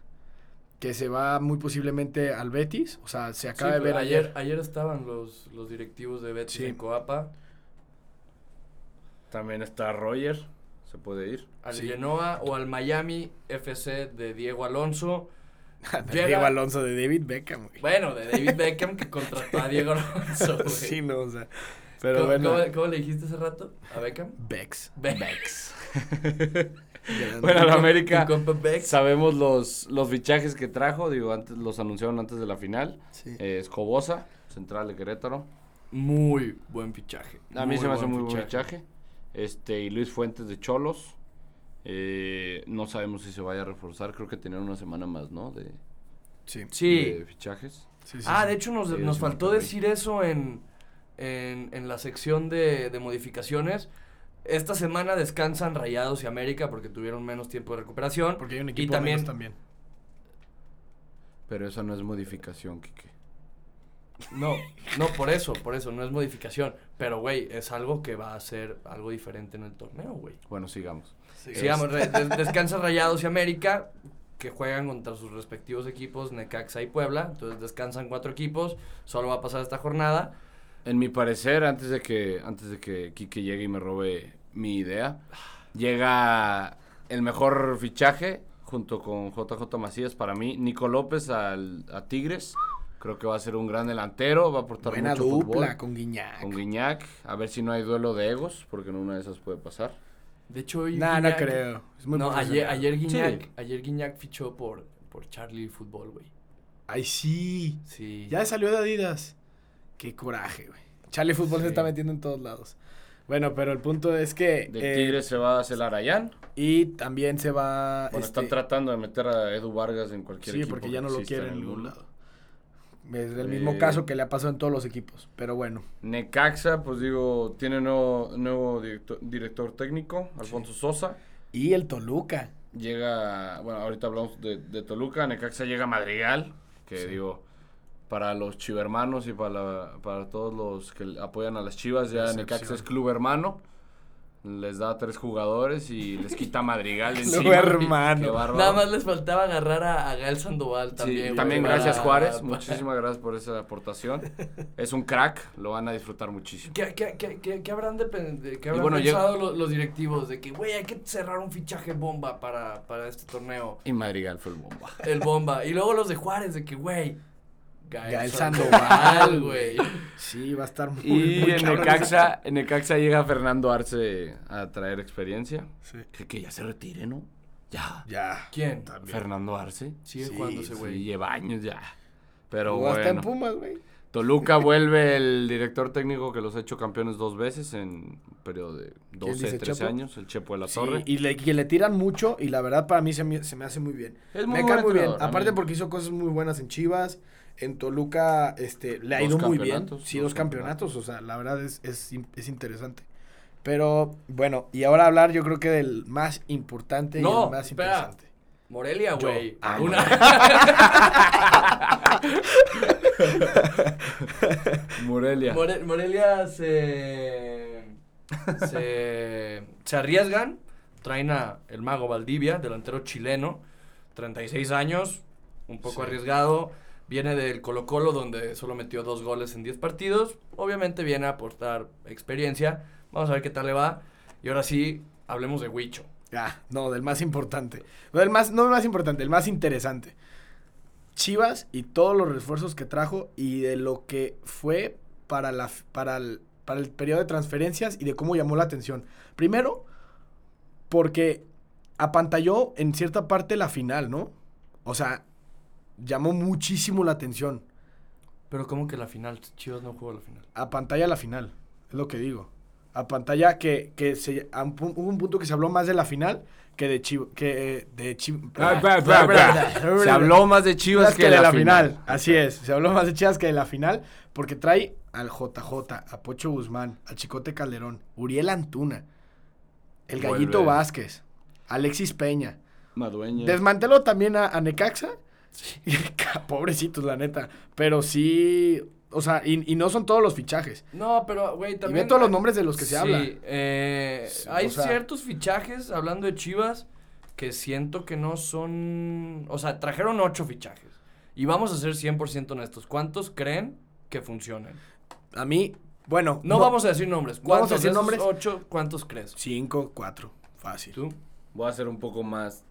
Speaker 3: que se va muy posiblemente al Betis. O sea, se acaba
Speaker 2: Sí,
Speaker 3: de
Speaker 2: pero
Speaker 3: ver
Speaker 2: ayer. Ayer estaban los, los directivos de Betis
Speaker 3: Sí.
Speaker 2: en Coapa.
Speaker 4: También está Roger. Se puede ir.
Speaker 2: Al
Speaker 3: Sí.
Speaker 2: Genoa o al Miami FC de Diego Alonso.
Speaker 3: Diego
Speaker 2: Llega-
Speaker 3: Alonso de David Beckham, güey.
Speaker 2: Bueno, de David Beckham que contrató a Diego Alonso. güey.
Speaker 3: sí, no, o sea. Pero
Speaker 2: ¿Cómo,
Speaker 3: bueno.
Speaker 2: cómo- cómo le dijiste hace rato a Beckham?
Speaker 3: Bex.
Speaker 2: Bex.
Speaker 3: Gran-
Speaker 4: Bueno,
Speaker 2: Tu
Speaker 4: la
Speaker 2: compa-
Speaker 4: América.
Speaker 2: tu compa Bex.
Speaker 4: Sabemos los, los fichajes que trajo, digo, antes los anunciaron antes de la final.
Speaker 3: Sí.
Speaker 4: Eh, Escobosa, central de Querétaro.
Speaker 2: Muy buen fichaje.
Speaker 4: A mí se me hace muy buen fichaje. Este, y Luis Fuentes de Cholos. Eh, no sabemos si se vaya a reforzar, creo que tenían una semana más, ¿no? De,
Speaker 3: Sí.
Speaker 4: de
Speaker 2: Sí.
Speaker 4: fichajes.
Speaker 3: sí, sí,
Speaker 2: Ah,
Speaker 3: sí.
Speaker 2: de hecho nos,
Speaker 4: Sí,
Speaker 2: nos
Speaker 4: sí,
Speaker 2: faltó
Speaker 4: Monterrey.
Speaker 2: decir eso en, en, en la sección de, de modificaciones. Esta semana descansan Rayados y América porque tuvieron menos tiempo de recuperación.
Speaker 3: Porque hay un
Speaker 2: Y
Speaker 3: equipo
Speaker 2: también-
Speaker 3: menos también.
Speaker 4: Pero eso no es modificación, Quique.
Speaker 2: No, no, por eso, por eso, no es modificación. Pero, güey, es algo que va a ser algo diferente en el torneo, güey.
Speaker 4: Bueno, sigamos.
Speaker 2: Sigamos, re- des- descansa Rayados y América, que juegan contra sus respectivos equipos, Necaxa y Puebla. Entonces descansan cuatro equipos, solo va a pasar esta jornada.
Speaker 4: En mi parecer, antes de que, antes de que Quique llegue y me robe mi idea, llega el mejor fichaje junto con JJ Macías para mí, Nico López al, a Tigres. Creo que va a ser un gran delantero, va a aportar
Speaker 3: Buena
Speaker 4: mucho
Speaker 3: dupla
Speaker 4: fútbol.
Speaker 3: con Guiñac.
Speaker 4: Con Guiñac, a ver si no hay duelo de egos, porque en una de esas puede pasar.
Speaker 2: De hecho, hoy.
Speaker 3: Nah, no
Speaker 2: Guiñac-
Speaker 3: creo. Es muy
Speaker 2: no, ayer,
Speaker 3: profesional.
Speaker 2: ayer, Guiñac,
Speaker 4: Sí.
Speaker 2: ayer Guiñac fichó por, por Charlie Fútbol, güey.
Speaker 3: Ay, sí.
Speaker 2: Sí.
Speaker 3: Ya salió de Adidas. Qué coraje, güey. Chale Fútbol se
Speaker 2: Sí.
Speaker 3: está metiendo en todos lados. Bueno, pero el punto es que.
Speaker 4: De
Speaker 3: eh,
Speaker 4: Tigres se va a Celarayán.
Speaker 3: Y también se va.
Speaker 4: Bueno,
Speaker 3: este,
Speaker 4: están tratando de meter a Edu Vargas en cualquier
Speaker 3: Sí,
Speaker 4: equipo
Speaker 3: porque
Speaker 4: que
Speaker 3: ya no lo
Speaker 4: exista
Speaker 3: quieren
Speaker 4: el
Speaker 3: en ningún
Speaker 4: mundo.
Speaker 3: lado. Es el mismo
Speaker 4: Eh,
Speaker 3: caso que le ha pasado en todos los equipos. Pero bueno.
Speaker 4: Necaxa, pues digo, tiene nuevo, nuevo directo- director técnico, Alfonso Sosa.
Speaker 3: Y el Toluca.
Speaker 4: Llega, bueno, ahorita hablamos de, de Toluca. Necaxa llega a Madrigal, que digo, para los chivermanos y para, la- para todos los que le apoyan a las chivas, ya
Speaker 3: Decepción.
Speaker 4: Necaxa es club hermano. Les da tres jugadores y les quita a Madrigal. de
Speaker 3: Club
Speaker 4: encima, güey.
Speaker 3: hermano.
Speaker 4: Qué bárbaro.
Speaker 2: Nada más les faltaba agarrar a, a Gael Sandoval
Speaker 4: Sí,
Speaker 2: también.
Speaker 4: también,
Speaker 2: güey,
Speaker 4: gracias
Speaker 2: para-
Speaker 4: Juárez,
Speaker 2: para-
Speaker 4: muchísimas gracias por esa aportación. Es un crack, lo van a disfrutar muchísimo.
Speaker 2: ¿Qué, qué- qué- qué- qué habrán, de pen- de- qué habrán
Speaker 4: bueno, llega-
Speaker 2: pensado lo- los, directivos? De que, güey, hay que cerrar un fichaje bomba para, para este torneo.
Speaker 4: Y Madrigal fue el bomba.
Speaker 2: El bomba. Y luego los de Juárez, de que, güey. Gael,
Speaker 3: Gael Sandoval,
Speaker 2: Sandoval, güey.
Speaker 3: Sí, va a estar muy.
Speaker 4: Y
Speaker 3: muy
Speaker 4: en
Speaker 3: cabrón.
Speaker 4: Necaxa, en Necaxa llega Fernando Arce a traer experiencia.
Speaker 3: Sí.
Speaker 4: Que, que ya se retire, ¿no? Ya.
Speaker 3: Ya.
Speaker 2: ¿Quién?
Speaker 4: Fernando Arce.
Speaker 2: Sigue
Speaker 3: Sí,
Speaker 2: jugando ese
Speaker 4: Sí,
Speaker 2: güey.
Speaker 4: lleva años ya. Pero
Speaker 3: Jugó hasta en
Speaker 4: bueno.
Speaker 3: Pumas, güey.
Speaker 4: Toluca vuelve el director técnico que los ha hecho campeones dos veces en un periodo de 12,
Speaker 3: dice,
Speaker 4: 13
Speaker 3: Chepo?
Speaker 4: años, el Chepo de la
Speaker 3: Sí,
Speaker 4: Torre.
Speaker 3: y le, que le tiran mucho y la verdad para mí se me, se me hace muy bien.
Speaker 4: Es muy
Speaker 3: me
Speaker 4: buen
Speaker 3: cae muy bien.
Speaker 4: entrenador, a
Speaker 3: Aparte
Speaker 4: mí.
Speaker 3: porque hizo cosas muy buenas en Chivas, en Toluca este, le ha
Speaker 4: Dos
Speaker 3: ido muy bien.
Speaker 4: campeonatos,
Speaker 3: Sí,
Speaker 4: dos
Speaker 3: dos campeonatos, o sea, la verdad es, es, in- es interesante. Pero bueno, y ahora hablar yo creo que del más importante y
Speaker 2: No,
Speaker 3: el más
Speaker 2: espera.
Speaker 3: interesante.
Speaker 2: Morelia,
Speaker 3: Yo.
Speaker 2: güey.
Speaker 4: Ah,
Speaker 2: Una-
Speaker 4: Morelia.
Speaker 2: More- Morelia se, se. se arriesgan. Traen a el mago Valdivia, delantero chileno. 36 años. Un poco
Speaker 3: Sí.
Speaker 2: arriesgado. Viene del Colo Colo, donde solo metió dos goles en 10 partidos. Obviamente viene a aportar experiencia. Vamos a ver qué tal le va. Y ahora sí, hablemos de Huicho.
Speaker 3: Ah, no, del más importante. No, del más, no el más importante, el más interesante. Chivas y todos los refuerzos que trajo y de lo que fue para, la, f- para el- para el periodo de transferencias y de cómo llamó la atención. Primero, porque apantalló en cierta parte la final, ¿no? O sea, llamó muchísimo la atención.
Speaker 2: Pero como que la final, Chivas no jugó la final.
Speaker 3: Apantalla la final, es lo que digo. Apantalla que, que se, a un pu- hubo un punto que se habló más de la final que de Chivas. Que, eh, de Chiv-
Speaker 4: Ah, Se habló más de Chivas que, de la, final.
Speaker 3: Así es, se habló más de Chivas que de la final, porque trae al JJ, a Pocho Guzmán, al Chicote Calderón, Uriel Antuna, el Gallito
Speaker 4: Vuelve.
Speaker 3: Vázquez, Alexis Peña.
Speaker 4: Madueña.
Speaker 3: Desmanteló también a, a Necaxa. Pobrecitos, la neta. Pero sí, o sea, y, y no son todos los fichajes.
Speaker 2: No, pero, güey,
Speaker 3: Y
Speaker 2: también.
Speaker 3: ve todos los nombres de los que
Speaker 2: Sí,
Speaker 3: se habla.
Speaker 2: eh,
Speaker 3: Sí,
Speaker 2: hay
Speaker 3: o sea-
Speaker 2: ciertos fichajes, hablando de Chivas, que siento que no son... O sea, trajeron ocho fichajes. Y vamos a ser 100% honestos. ¿Cuántos creen que funcionen?
Speaker 3: A mí, bueno.
Speaker 2: No, vamos a decir nombres.
Speaker 3: vamos a
Speaker 2: ¿Cuántos
Speaker 3: decir
Speaker 2: de esos
Speaker 3: nombres.
Speaker 2: ocho, cuántos crees?
Speaker 3: Cinco, cuatro. Fácil.
Speaker 2: ¿Tú?
Speaker 4: Voy a ser un poco más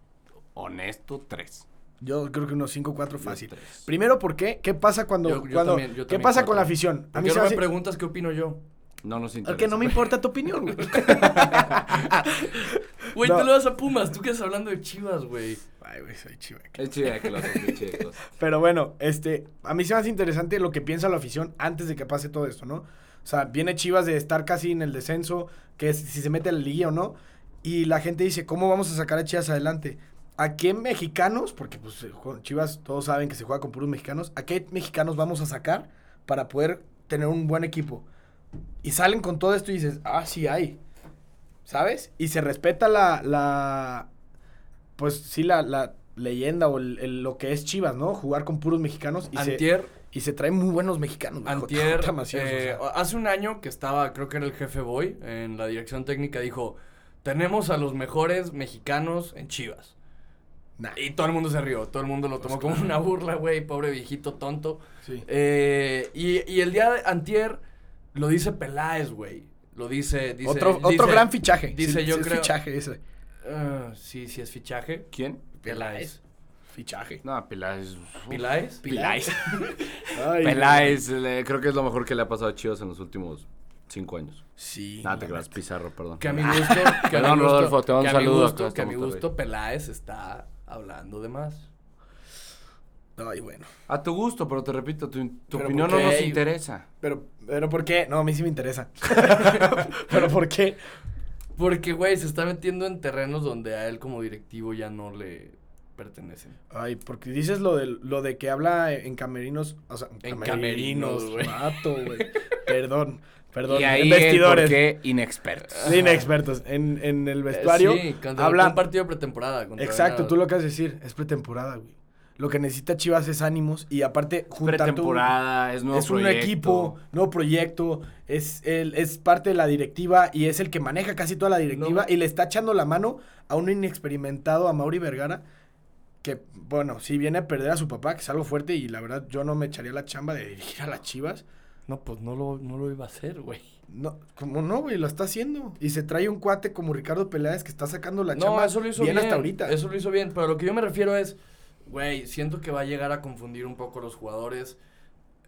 Speaker 4: honesto. Tres.
Speaker 3: Yo creo que unos cinco, cuatro fácil.
Speaker 4: Yo tres.
Speaker 3: Primero, ¿por qué? ¿Qué pasa cuando.
Speaker 2: Yo- yo
Speaker 3: cuando-
Speaker 2: también, yo
Speaker 3: ¿Qué
Speaker 2: también
Speaker 3: pasa
Speaker 2: cuatro.
Speaker 3: con la afición?
Speaker 2: ¿Por qué
Speaker 3: se
Speaker 2: no
Speaker 3: me
Speaker 2: me
Speaker 3: hace-
Speaker 2: preguntas qué opino yo?
Speaker 4: No nos interesa.
Speaker 3: Es que no me importa tu opinión, güey.
Speaker 2: Güey,
Speaker 3: No.
Speaker 2: tú le vas a Pumas. Tú que estás hablando de Chivas, güey.
Speaker 3: Ay, güey, soy chiveca.
Speaker 4: Es chida que lo hace, es chida que lo hace.
Speaker 3: Pero bueno, este, a mí se me hace interesante lo que piensa la afición antes de que pase todo esto, ¿no? O sea, viene Chivas de estar casi en el descenso, que es si se mete a la liga o no, y la gente dice, ¿cómo vamos a sacar a Chivas adelante? ¿A qué mexicanos, porque pues se juega- Chivas todos saben que se juega con puros mexicanos, ¿a qué mexicanos vamos a sacar para poder tener un buen equipo? Y salen con todo esto y dices, ah, sí hay, ¿sabes? Y se respeta la, la, pues sí, la, la leyenda o el- el- lo que es Chivas, ¿no? Jugar con puros mexicanos y, se,
Speaker 2: Antier,
Speaker 3: y se traen muy buenos mexicanos. güey.
Speaker 2: Antier,
Speaker 3: Jota Macías, o sea.
Speaker 2: eh, hace un año que estaba, creo que era el jefe Boy, en la dirección técnica, dijo, tenemos a los mejores mexicanos en Chivas.
Speaker 3: Nah,
Speaker 2: Y todo el mundo se rió, todo el mundo lo tomó como una burla, güey, pobre viejito tonto.
Speaker 3: sí.
Speaker 2: Eh, y, y el día de antier lo dice Peláez, güey. Lo dice, dice...
Speaker 3: otro,
Speaker 2: dice-
Speaker 3: otro gran fichaje.
Speaker 2: dice,
Speaker 3: Sí,
Speaker 2: yo
Speaker 3: sí es
Speaker 2: creo-
Speaker 3: fichaje ese.
Speaker 2: Ah, sí, sí es fichaje.
Speaker 4: ¿Quién?
Speaker 2: Peláez.
Speaker 3: Fichaje.
Speaker 4: No, Peláez.
Speaker 2: Peláez.
Speaker 4: Peláez.
Speaker 3: Ay,
Speaker 4: Peláez, le- creo que es lo mejor que le ha pasado a Chivas en los últimos cinco años.
Speaker 3: Sí.
Speaker 4: Nada,
Speaker 3: la
Speaker 4: te creas,
Speaker 3: neta.
Speaker 4: Pizarro, perdón. Ah,
Speaker 2: Que a mi gusto... que a mi
Speaker 4: Perdón,
Speaker 2: gusto-
Speaker 4: Rodolfo, te
Speaker 2: que
Speaker 4: mando un
Speaker 2: a mi
Speaker 4: saludo,
Speaker 2: gusto-
Speaker 4: acá
Speaker 2: Que a mi
Speaker 4: estamos
Speaker 2: gusto Peláez está hablando de más.
Speaker 3: Ay, bueno.
Speaker 4: A tu gusto, pero te repito, tu, tu
Speaker 2: Pero
Speaker 4: opinión
Speaker 2: ¿por
Speaker 4: no
Speaker 2: qué?
Speaker 4: nos interesa.
Speaker 3: Pero, pero ¿por qué? No, a mí sí me interesa. pero ¿por qué?
Speaker 2: Porque, güey, se está metiendo en terrenos donde a él como directivo ya no le pertenecen.
Speaker 3: Ay, porque dices lo de, lo de que habla en camerinos. O sea,
Speaker 2: En camerinos, güey.
Speaker 3: vato, güey. Perdón, perdón.
Speaker 4: y
Speaker 3: en
Speaker 4: ahí
Speaker 3: vestidores.
Speaker 4: el por qué inexpertos.
Speaker 3: Sí, Inexpertos. En, en el vestuario.
Speaker 2: Eh, sí, cuando
Speaker 3: habla-
Speaker 2: un partido de pretemporada. contra
Speaker 3: Exacto,
Speaker 2: una-
Speaker 3: tú lo que vas a decir. Es pretemporada, güey. Lo que necesita Chivas es ánimos y aparte juntar tu-
Speaker 4: Pretemporada, es nuevo
Speaker 3: es un
Speaker 4: proyecto.
Speaker 3: equipo, nuevo proyecto, es, el, es parte de la directiva y es el que maneja casi toda la directiva
Speaker 2: No.
Speaker 3: y le está echando la mano a un inexperimentado, a Mauri Vergara, que, bueno, si viene a perder a su papá, que es algo fuerte y la verdad yo no me echaría la chamba de dirigir a las Chivas.
Speaker 2: No, pues no lo, no lo iba a hacer, güey.
Speaker 3: No, como no, güey, lo está haciendo. Y se trae un cuate como Ricardo Peláez que está sacando la
Speaker 2: No,
Speaker 3: chamba
Speaker 2: eso lo hizo bien.
Speaker 3: bien hasta ahorita.
Speaker 2: Eso lo hizo bien. Pero lo que yo me refiero es, güey, siento que va a llegar a confundir un poco los jugadores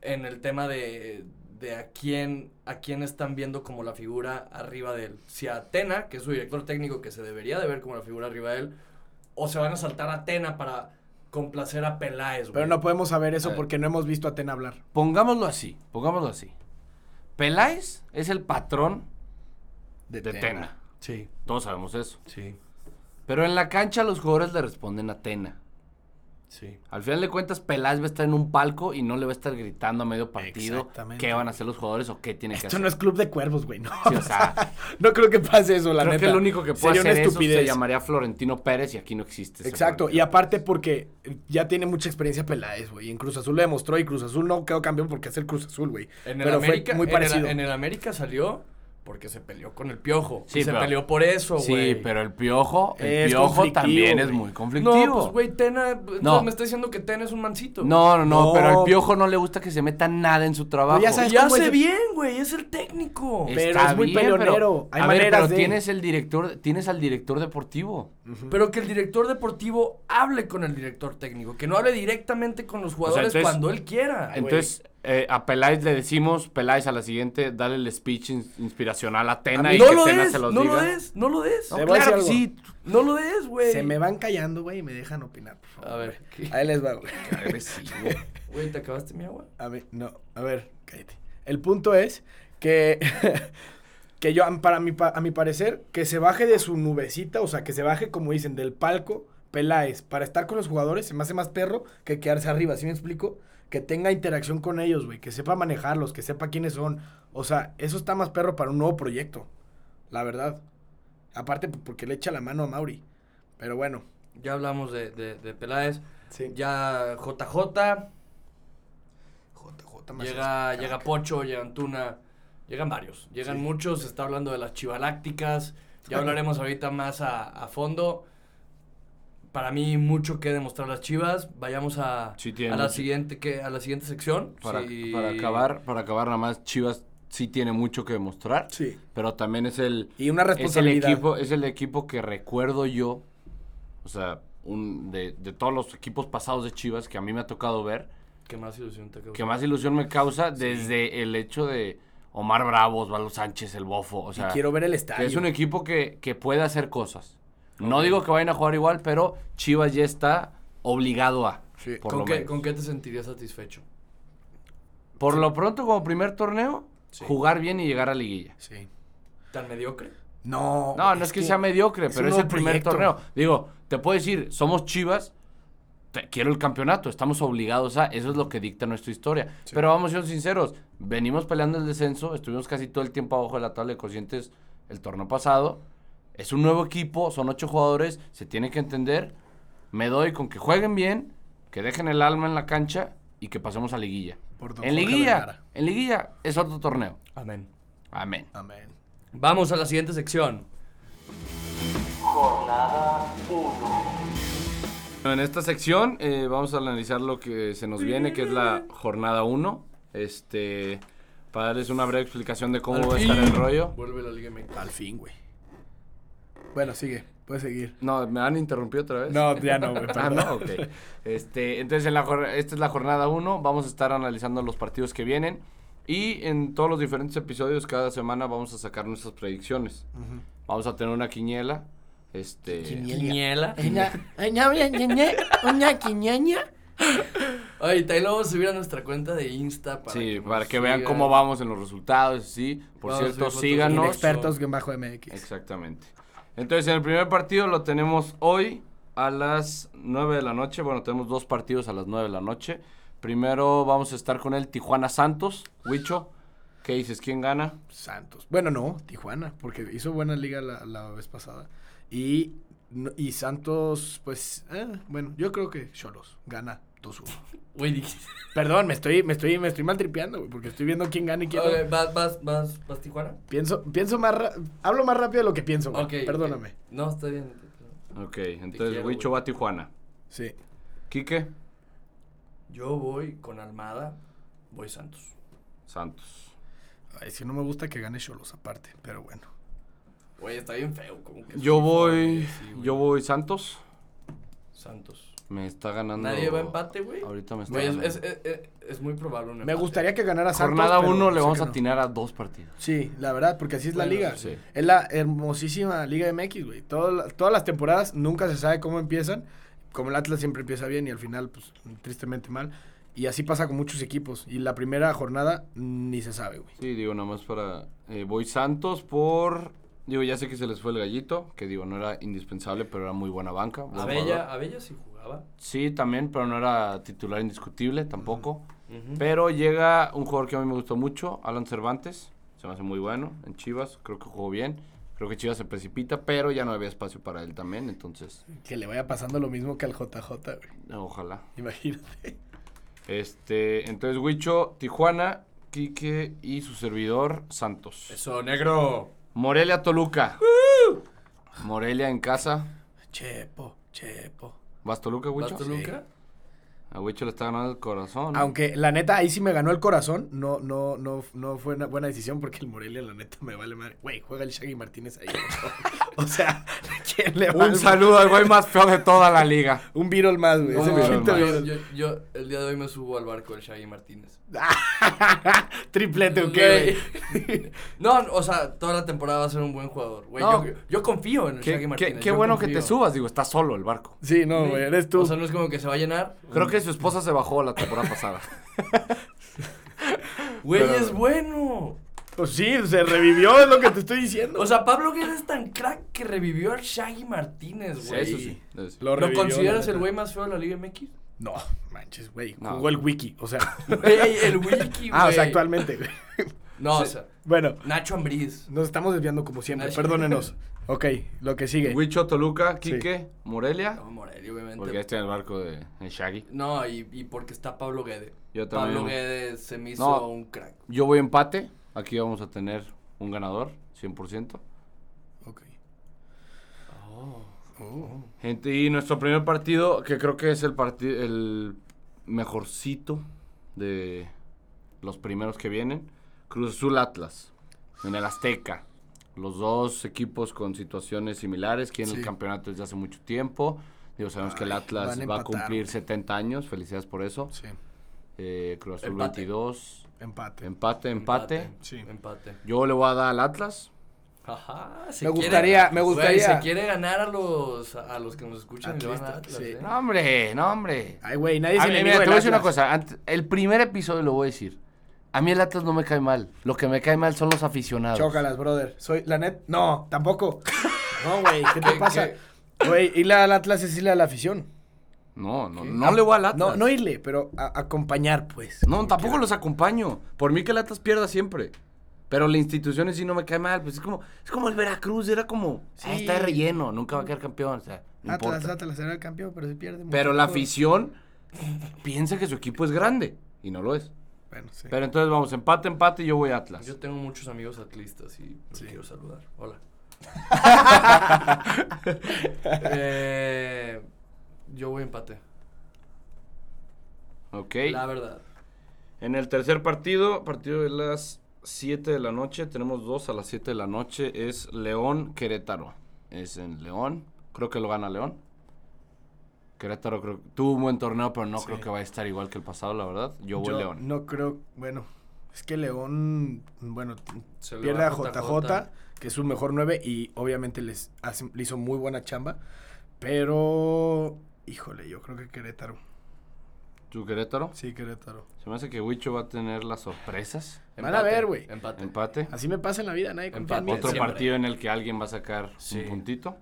Speaker 2: en el tema de, de a quién a quién están viendo como la figura arriba de él. Si a Atena, que es su director técnico, que se debería de ver como la figura arriba de él, o se van a saltar a Atena para complacer a Peláez, güey.
Speaker 3: Pero no podemos saber
Speaker 4: Eh.
Speaker 3: eso porque no hemos visto a Tena hablar.
Speaker 4: Pongámoslo así, pongámoslo así. Peláez es el patrón de, Tena.
Speaker 2: Sí,
Speaker 4: Todos sabemos eso.
Speaker 2: sí,
Speaker 4: Pero en la cancha los jugadores le responden a Tena.
Speaker 2: sí.
Speaker 4: Al final de cuentas, Peláez va a estar en un palco y no le va a estar gritando a medio partido
Speaker 3: Exactamente.
Speaker 4: qué van a hacer los jugadores o qué tienen que
Speaker 3: Esto
Speaker 4: hacer.
Speaker 3: no es club de cuervos, güey, no.
Speaker 4: Sí, o sea,
Speaker 3: No creo que pase eso, la
Speaker 4: creo
Speaker 3: neta.
Speaker 4: que el único que puede
Speaker 3: Sería
Speaker 4: hacer
Speaker 3: una
Speaker 4: eso
Speaker 3: estupidez.
Speaker 4: se llamaría Florentino Pérez y aquí no existe. ese
Speaker 3: Exacto, y
Speaker 4: Florentino.
Speaker 3: aparte porque ya tiene mucha experiencia Peláez, güey. y En Cruz Azul lo demostró y Cruz Azul no quedó campeón porque es el Cruz Azul, güey.
Speaker 2: En el
Speaker 3: Pero
Speaker 2: América,
Speaker 3: fue muy
Speaker 2: en el-
Speaker 3: parecido.
Speaker 2: En el, América salió porque se peleó con el piojo.
Speaker 4: Sí,
Speaker 2: y se
Speaker 4: pero-
Speaker 2: peleó por eso, güey.
Speaker 4: Sí, pero el piojo, el
Speaker 3: Es
Speaker 4: piojo
Speaker 3: conflictivo,
Speaker 4: también es
Speaker 3: güey.
Speaker 4: muy conflictivo.
Speaker 2: No, pues, güey, Tena. entonces
Speaker 4: No.
Speaker 2: me está diciendo que Tena es un mancito.
Speaker 4: No, no, no,
Speaker 3: No.
Speaker 4: pero al piojo no le gusta que se meta nada en su trabajo.
Speaker 3: Pero ya sabes
Speaker 2: Y
Speaker 3: ¿Cómo
Speaker 2: hace
Speaker 3: es?
Speaker 2: bien, güey. Es el técnico.
Speaker 3: Es- pero muy peleonero, hay
Speaker 4: a ver,
Speaker 3: maneras
Speaker 4: pero
Speaker 3: de-
Speaker 4: tienes el director, tienes al director deportivo.
Speaker 2: Pero que el director deportivo hable con el director técnico. Que no hable directamente con los jugadores
Speaker 4: entonces-
Speaker 2: cuando él quiera.
Speaker 4: Entonces, eh, a Peláez le decimos, Peláez a la siguiente, dale el speech in- inspiracional a Tena y
Speaker 2: no
Speaker 4: que
Speaker 2: lo
Speaker 4: Tena
Speaker 2: des,
Speaker 4: se los
Speaker 2: no
Speaker 4: diga.
Speaker 2: lo des, no lo des.
Speaker 3: Te
Speaker 2: No,
Speaker 3: voy a
Speaker 2: claro que
Speaker 3: decir
Speaker 2: sí. No lo des, güey.
Speaker 3: Se me van callando, güey, y me dejan opinar. por favor.
Speaker 2: A ver,
Speaker 3: Ahí les va, güey.
Speaker 4: Qué agresivo.
Speaker 2: güey, ¿te acabaste mi agua?
Speaker 3: A ver, no, a ver, cállate. El punto es que, que yo, am- para mi, pa- a mi parecer, que se baje de su nubecita, o sea, que se baje, como dicen, del palco Peláez, para estar con los jugadores, se me hace más perro que quedarse arriba, ¿sí me explico? Que tenga interacción con ellos, güey, que sepa manejarlos, que sepa quiénes son. O sea, eso está más perro para un nuevo proyecto, la verdad. Aparte, p- porque le echa la mano a Mauri. Pero bueno,
Speaker 2: Ya hablamos de, de, de Peláez.
Speaker 3: sí.
Speaker 2: Ya JJ,
Speaker 3: JJ más
Speaker 2: llega,
Speaker 3: es-
Speaker 2: llega Pocho, llega Antuna, llegan varios, llegan
Speaker 3: Sí.
Speaker 2: muchos, se está hablando de las chivalácticas, ya hablaremos ahorita más a, a fondo. Para mí mucho que demostrar las chivas, vayamos a,
Speaker 4: Sí, tiene
Speaker 2: a, la,
Speaker 4: mucho.
Speaker 2: siguiente, que, a la siguiente sección.
Speaker 4: Para,
Speaker 2: Sí.
Speaker 4: para acabar, para acabar nada más, Chivas sí tiene mucho que demostrar,
Speaker 3: Sí.
Speaker 4: pero también es el,
Speaker 3: Y una
Speaker 4: es el
Speaker 3: responsabilidad.
Speaker 4: equipo, es el equipo que recuerdo yo, o sea, un, de, de todos los equipos pasados de Chivas que a mí me ha tocado ver,
Speaker 2: ¿Qué más ilusión te
Speaker 4: que
Speaker 2: causa?
Speaker 4: más ilusión me causa desde el hecho de Omar Bravo, Osvaldo Sánchez, el Bofo, o
Speaker 3: Y
Speaker 4: sea,
Speaker 3: quiero ver el
Speaker 4: que
Speaker 3: estadio.
Speaker 4: es un equipo que, que puede hacer cosas. No digo que vayan a jugar igual, pero Chivas ya está obligado a.
Speaker 3: Sí.
Speaker 4: Por,
Speaker 2: ¿Con
Speaker 4: lo,
Speaker 2: qué,
Speaker 4: menos.
Speaker 2: ¿Con qué te sentirías satisfecho?
Speaker 4: por lo pronto, como primer torneo,
Speaker 3: Sí.
Speaker 4: jugar bien y llegar a liguilla.
Speaker 3: Sí.
Speaker 2: ¿Tan mediocre?
Speaker 3: No.
Speaker 4: No, no es que, sea mediocre,
Speaker 3: es
Speaker 4: pero
Speaker 3: un
Speaker 4: es
Speaker 3: nuevo
Speaker 4: el primer
Speaker 3: proyecto.
Speaker 4: torneo. Digo, te puedo decir, somos Chivas, te- quiero el campeonato, estamos obligados a, eso es lo que dicta nuestra historia. Pero vamos siendo sinceros, venimos peleando el descenso, estuvimos casi todo el tiempo abajo de la tabla de cocientes el torneo pasado. Es un nuevo equipo, son ocho jugadores, se tiene que entender. Me doy con que jueguen bien, que dejen el alma en la cancha y que pasemos a liguilla.
Speaker 3: Por don
Speaker 4: En
Speaker 3: Jorge
Speaker 4: liguilla,
Speaker 3: Vergara.
Speaker 4: en liguilla es otro torneo.
Speaker 2: Amén.
Speaker 4: Amén.
Speaker 3: Amén.
Speaker 2: Vamos a la siguiente sección.
Speaker 1: Jornada 1.
Speaker 4: Bueno, en esta sección eh, vamos a analizar lo que se nos viene, que es la jornada 1. Este, para darles una breve explicación de cómo
Speaker 2: Al
Speaker 4: va a estar el
Speaker 2: fin.
Speaker 4: rollo.
Speaker 2: Vuelve la Liga MX.
Speaker 3: Al fin, güey. Bueno, sigue. Puedes seguir.
Speaker 4: No, me han interrumpido otra vez.
Speaker 3: No, ya no, güey.
Speaker 4: Ah,
Speaker 3: perdón.
Speaker 4: no, ok. Este, entonces, en la jor- esta es la jornada 1. Vamos a estar analizando los partidos que vienen. Y en todos los diferentes episodios, cada semana vamos a sacar nuestras predicciones. Vamos a tener una quiniela. Este,
Speaker 2: Quiniela.
Speaker 5: Una quiñaña.
Speaker 2: Oye, y ahí lo vamos a subir a nuestra cuenta de Insta para
Speaker 4: sí,
Speaker 2: que nos
Speaker 4: para que vean
Speaker 2: sigan.
Speaker 4: cómo vamos en los resultados. Sí, por
Speaker 2: Vamos a subir
Speaker 4: cierto,
Speaker 2: fotos en
Speaker 4: síganos.
Speaker 2: Inexpertos.
Speaker 3: Expertos que bajo MX.
Speaker 4: Exactamente. Entonces, en el primer partido lo tenemos hoy a las 9 de la noche. Bueno, tenemos dos partidos a las 9 de la noche. Primero vamos a estar con el Tijuana Santos. Huicho, ¿qué dices? ¿Quién gana?
Speaker 3: Santos. Bueno, no, Tijuana, porque hizo buena liga la, la vez pasada. Y, no- y Santos, pues, eh, bueno, yo creo que Cholos gana 2-1.
Speaker 2: Güey, dijiste-
Speaker 3: Perdón, me estoy, me estoy, me estoy maltripeando, güey, porque estoy viendo quién gana y quién no.
Speaker 2: Ok, ¿vas, vas, vas, vas Tijuana?
Speaker 3: Pienso, pienso más, ra- hablo más rápido de lo que pienso, güey.
Speaker 2: Ok. ok.
Speaker 3: Perdóname.
Speaker 2: No, está bien.
Speaker 4: Ok, entonces
Speaker 2: quiero,
Speaker 4: Huicho
Speaker 2: güey.
Speaker 4: va a Tijuana.
Speaker 3: Sí.
Speaker 4: Quique,
Speaker 2: Yo voy con Almada, voy Santos.
Speaker 4: Santos.
Speaker 3: Ay, si no me gusta que gane Cholos aparte, pero bueno.
Speaker 2: Güey, está bien feo. Como que
Speaker 4: Yo
Speaker 2: sí,
Speaker 4: voy,
Speaker 2: sí, güey.
Speaker 4: yo voy Santos.
Speaker 2: Santos.
Speaker 4: Me está ganando.
Speaker 2: Nadie va a empate, güey.
Speaker 4: Ahorita me está
Speaker 2: Güey, es,
Speaker 4: ganando.
Speaker 2: es, es, es- es muy probable un
Speaker 3: Me
Speaker 2: empate.
Speaker 3: gustaría que ganara Santos.
Speaker 4: Jornada
Speaker 3: pero
Speaker 4: 1
Speaker 3: sé
Speaker 4: le vamos
Speaker 3: que
Speaker 4: a
Speaker 3: no.
Speaker 4: atinar a dos partidos.
Speaker 3: Sí, la verdad, porque así es la
Speaker 2: Bueno,
Speaker 3: liga.
Speaker 4: sí.
Speaker 3: Es la hermosísima Liga MX, güey. Todas la- todas las temporadas nunca se sabe cómo empiezan. Como el Atlas siempre empieza bien y al final, pues, tristemente mal. Y así pasa con muchos equipos. Y la primera jornada ni se sabe, güey.
Speaker 4: Sí, digo, nada más para. eh, voy Santos por. Digo, ya sé que se les fue el gallito, que digo, no era indispensable, pero era muy buena banca. buen
Speaker 2: Abella,
Speaker 4: jugador.
Speaker 2: Abella sí jugaba.
Speaker 4: Sí, también, pero no era titular indiscutible tampoco. Pero llega un jugador que a mí me gustó mucho, Alan Cervantes. Se me hace muy bueno en Chivas, creo que jugó bien. Creo que Chivas se precipita, pero ya no había espacio para él también, entonces.
Speaker 3: Que le vaya pasando lo mismo que al JJ, güey.
Speaker 4: Ojalá.
Speaker 3: Imagínate.
Speaker 4: Este, entonces, Huicho, Tijuana, Quique y su servidor, Santos.
Speaker 2: Eso, negro.
Speaker 4: Morelia Toluca. Morelia en casa.
Speaker 3: Chepo, chepo.
Speaker 4: ¿Vas Toluca,
Speaker 2: ¿Vas
Speaker 4: Huicho?
Speaker 2: Toluca?
Speaker 4: A Huicho le está ganando el corazón.
Speaker 3: Aunque la neta ahí sí me ganó el corazón, no, no, no, no fue una buena decisión porque el Morelia la neta me vale madre. Güey, juega el Shaggy Martínez ahí. por favor. O sea, ¿quién le va
Speaker 4: Un
Speaker 3: al-
Speaker 4: saludo al güey más feo de toda la liga.
Speaker 3: Un Beatle más, güey.
Speaker 4: Un
Speaker 3: Ese
Speaker 4: Beatle
Speaker 3: quinto
Speaker 4: más.
Speaker 2: Yo,
Speaker 3: Beatle.
Speaker 2: yo- yo el día de hoy me subo al barco del Shaggy Martínez.
Speaker 3: Triplete, ¿ok?
Speaker 2: Güey.
Speaker 3: güey?
Speaker 2: no, o sea, toda la temporada va a ser un buen jugador. Güey,
Speaker 4: No.
Speaker 2: yo, yo confío en el Shaggy
Speaker 4: Qué,
Speaker 2: Martínez.
Speaker 4: qué- qué
Speaker 2: yo
Speaker 4: bueno que
Speaker 2: confío.
Speaker 4: te subas, digo, está solo el barco.
Speaker 3: Sí, no, güey, eres tú.
Speaker 2: O sea, no es como que se va a llenar.
Speaker 4: Creo que su esposa se bajó la temporada pasada.
Speaker 2: Güey,
Speaker 4: Pero-
Speaker 2: es bueno.
Speaker 3: Pues sí, se revivió, es lo que te estoy diciendo.
Speaker 2: O sea, Pablo Guerra es tan crack que revivió al Shaggy Martínez,
Speaker 4: Sí,
Speaker 2: güey.
Speaker 4: eso sí. eso sí.
Speaker 2: ¿Lo
Speaker 3: revivió,
Speaker 2: consideras
Speaker 3: la
Speaker 2: el
Speaker 3: neta.
Speaker 2: güey más feo de la Liga MX?
Speaker 3: No, manches, güey.
Speaker 4: No.
Speaker 3: Jugó el wiki, o sea.
Speaker 2: Güey, el Wiki, güey.
Speaker 3: ah, o sea, actualmente, güey.
Speaker 2: No, o sea,
Speaker 3: Bueno,
Speaker 2: Nacho Ambriz.
Speaker 3: nos estamos desviando como siempre,
Speaker 2: Ay.
Speaker 3: perdónenos. Ok, lo que sigue.
Speaker 4: Huicho, Toluca, Quique, Morelia.
Speaker 2: No, Morelia, obviamente.
Speaker 4: Porque ahí está en el barco de de Shaggy.
Speaker 2: No, y, y porque está Pablo Guede.
Speaker 4: Yo también.
Speaker 2: Pablo Guede se me hizo
Speaker 4: No.
Speaker 2: un crack.
Speaker 4: Yo voy empate. Aquí vamos a tener un ganador, 100%.
Speaker 3: Ok.
Speaker 4: Gente, y nuestro primer partido, que creo que es el partido, el mejorcito de los primeros que vienen, Cruz Azul Atlas, en el Azteca. Los dos equipos con situaciones similares, que en el
Speaker 3: Sí.
Speaker 4: campeonato desde hace mucho tiempo. Digo, sabemos que el
Speaker 3: Ay,
Speaker 4: Atlas
Speaker 3: van a
Speaker 4: va a
Speaker 3: empatar.
Speaker 4: cumplir 70 años, felicidades por eso.
Speaker 3: Sí,
Speaker 4: Eh, Cruz Azul
Speaker 2: Empate.
Speaker 4: 22,
Speaker 3: empate.
Speaker 4: empate, empate,
Speaker 3: Sí.
Speaker 2: Empate.
Speaker 4: Yo le voy a dar al Atlas.
Speaker 2: Ajá, se
Speaker 3: Me
Speaker 2: quiere-
Speaker 3: gustaría- me
Speaker 2: Güey,
Speaker 3: gustaría-
Speaker 2: se quiere ganar a los, a los que nos escuchan y le van a
Speaker 3: Atlistas,
Speaker 2: Atlas,
Speaker 3: sí.
Speaker 2: ¿eh?
Speaker 4: No, hombre, no, hombre.
Speaker 3: Ay, güey, nadie
Speaker 4: A
Speaker 3: se
Speaker 4: mí,
Speaker 3: le
Speaker 4: mira, te voy a decir una cosa. ant- el primer episodio lo voy a decir. A mí el Atlas no me cae mal. Lo que me cae mal son los aficionados.
Speaker 3: Chócalas, brother. Soy, la net. No, tampoco. No, güey, ¿qué te
Speaker 2: ¿Qué-
Speaker 3: pasa? Güey, irle al Atlas es irle a la afición.
Speaker 4: No, no, no le voy al Atlas.
Speaker 3: No, no irle, pero a- acompañar, pues.
Speaker 4: No, tampoco los acompaño. Por mí que el Atlas pierda siempre. Pero la institución en sí no me cae mal. Pues es como, es como el Veracruz, era como, ah,
Speaker 3: Sí.
Speaker 4: está de relleno, nunca va a quedar campeón. O sea, no
Speaker 3: Atlas,
Speaker 4: importa.
Speaker 3: Atlas será el campeón, pero se pierde.
Speaker 4: Pero la
Speaker 3: mucho.
Speaker 4: afición piensa que su equipo es grande. Y no lo es.
Speaker 3: Bueno, sí.
Speaker 4: Pero entonces vamos, empate, empate, y yo voy a Atlas.
Speaker 2: Yo tengo muchos amigos atlistas y los
Speaker 3: Sí.
Speaker 2: quiero saludar. Hola. Eh, yo voy a empate.
Speaker 4: Ok.
Speaker 2: La verdad.
Speaker 4: En el tercer partido, partido de las 7 de la noche, tenemos dos a las 7 de la noche, es León Querétaro. Es en León, creo que lo gana León. Querétaro creo, tuvo un buen torneo, pero no
Speaker 3: Sí.
Speaker 4: creo que va a estar igual que el pasado, la verdad. Yo voy
Speaker 3: Yo
Speaker 4: León.
Speaker 3: No creo, bueno, es que León, bueno,
Speaker 2: Se le
Speaker 3: pierde
Speaker 2: va
Speaker 3: a JJ, que es su mejor 9 y obviamente les hace- le hizo muy buena chamba, pero híjole, yo creo que Querétaro.
Speaker 4: ¿Tú Querétaro?
Speaker 3: Sí, Querétaro.
Speaker 4: Se me hace que Huicho va a tener las sorpresas.
Speaker 3: Van a ver, güey.
Speaker 2: Empate.
Speaker 4: Empate.
Speaker 3: Así me pasa en la vida, nadie confía en mí.
Speaker 2: Empate.
Speaker 4: Otro
Speaker 2: Siempre.
Speaker 4: partido en el que alguien va a sacar
Speaker 2: Sí.
Speaker 4: un puntito.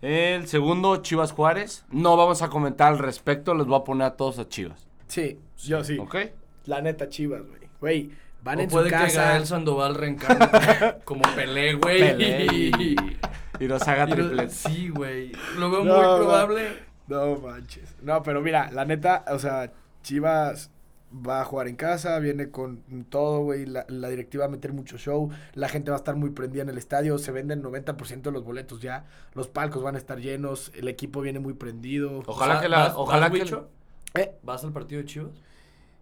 Speaker 4: El segundo, Chivas Juárez. No vamos a comentar al respecto, les voy a poner a todos a Chivas.
Speaker 3: Sí, yo sí.
Speaker 4: ¿Ok?
Speaker 3: La neta Chivas, güey. Güey, van
Speaker 2: O
Speaker 3: en
Speaker 2: puede
Speaker 3: su
Speaker 2: que
Speaker 3: casa.
Speaker 2: Gael Sandoval reencarne como Pelé, güey.
Speaker 4: Pelé y, y nos haga
Speaker 2: Y lo-
Speaker 4: triplets.
Speaker 2: Sí, güey. Lo veo
Speaker 3: No, no.
Speaker 2: muy probable.
Speaker 3: No manches. No, pero mira, la neta, o sea, Chivas va a jugar en casa, viene con todo, güey. La, la directiva va a meter mucho show. La gente va a estar muy prendida en el estadio. Se venden 90% de los boletos ya. Los palcos van a estar llenos. El equipo viene muy prendido.
Speaker 4: Ojalá
Speaker 2: O sea,
Speaker 4: que la.
Speaker 2: ¿vas-
Speaker 4: ojalá
Speaker 2: vas,
Speaker 4: que.
Speaker 2: Huicho?
Speaker 3: Eh,
Speaker 2: ¿Vas al partido de Chivas?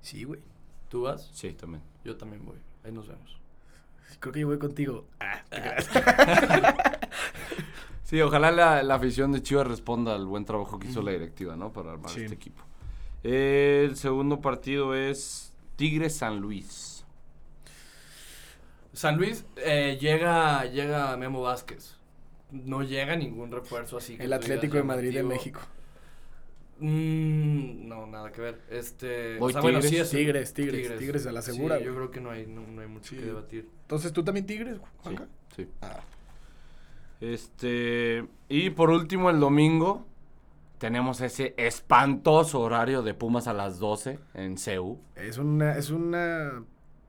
Speaker 3: Sí, güey.
Speaker 2: ¿Tú vas?
Speaker 4: Sí, también.
Speaker 2: Yo también voy. Ahí nos vemos.
Speaker 3: Creo que yo voy contigo. Ah, te creas.
Speaker 4: Sí, ojalá la, la afición de Chivas responda al buen trabajo que hizo la directiva, ¿no? Para armar
Speaker 3: Sí.
Speaker 4: este equipo. El segundo partido es Tigres San Luis.
Speaker 2: San Luis eh, llega, llega Memo Vázquez. No llega ningún refuerzo así. que
Speaker 3: el
Speaker 2: tú
Speaker 3: Atlético de
Speaker 2: digas
Speaker 3: Madrid de
Speaker 2: llamativo.
Speaker 3: México.
Speaker 2: Mm, no, nada que ver. Este,
Speaker 4: Voy Tigres.
Speaker 2: es-
Speaker 3: Tigres, Tigres, Tigres a la segura,
Speaker 2: Sí, yo
Speaker 3: güey.
Speaker 2: creo que no hay, no, no hay mucho
Speaker 3: Sí.
Speaker 2: que debatir.
Speaker 3: Entonces, ¿tú también Tigres,
Speaker 4: Sí,
Speaker 3: Juanca?
Speaker 4: sí.
Speaker 3: Ah.
Speaker 4: Este. Y por último, el domingo. Tenemos ese espantoso horario de Pumas a las 12 en CEU.
Speaker 3: Es una, es una,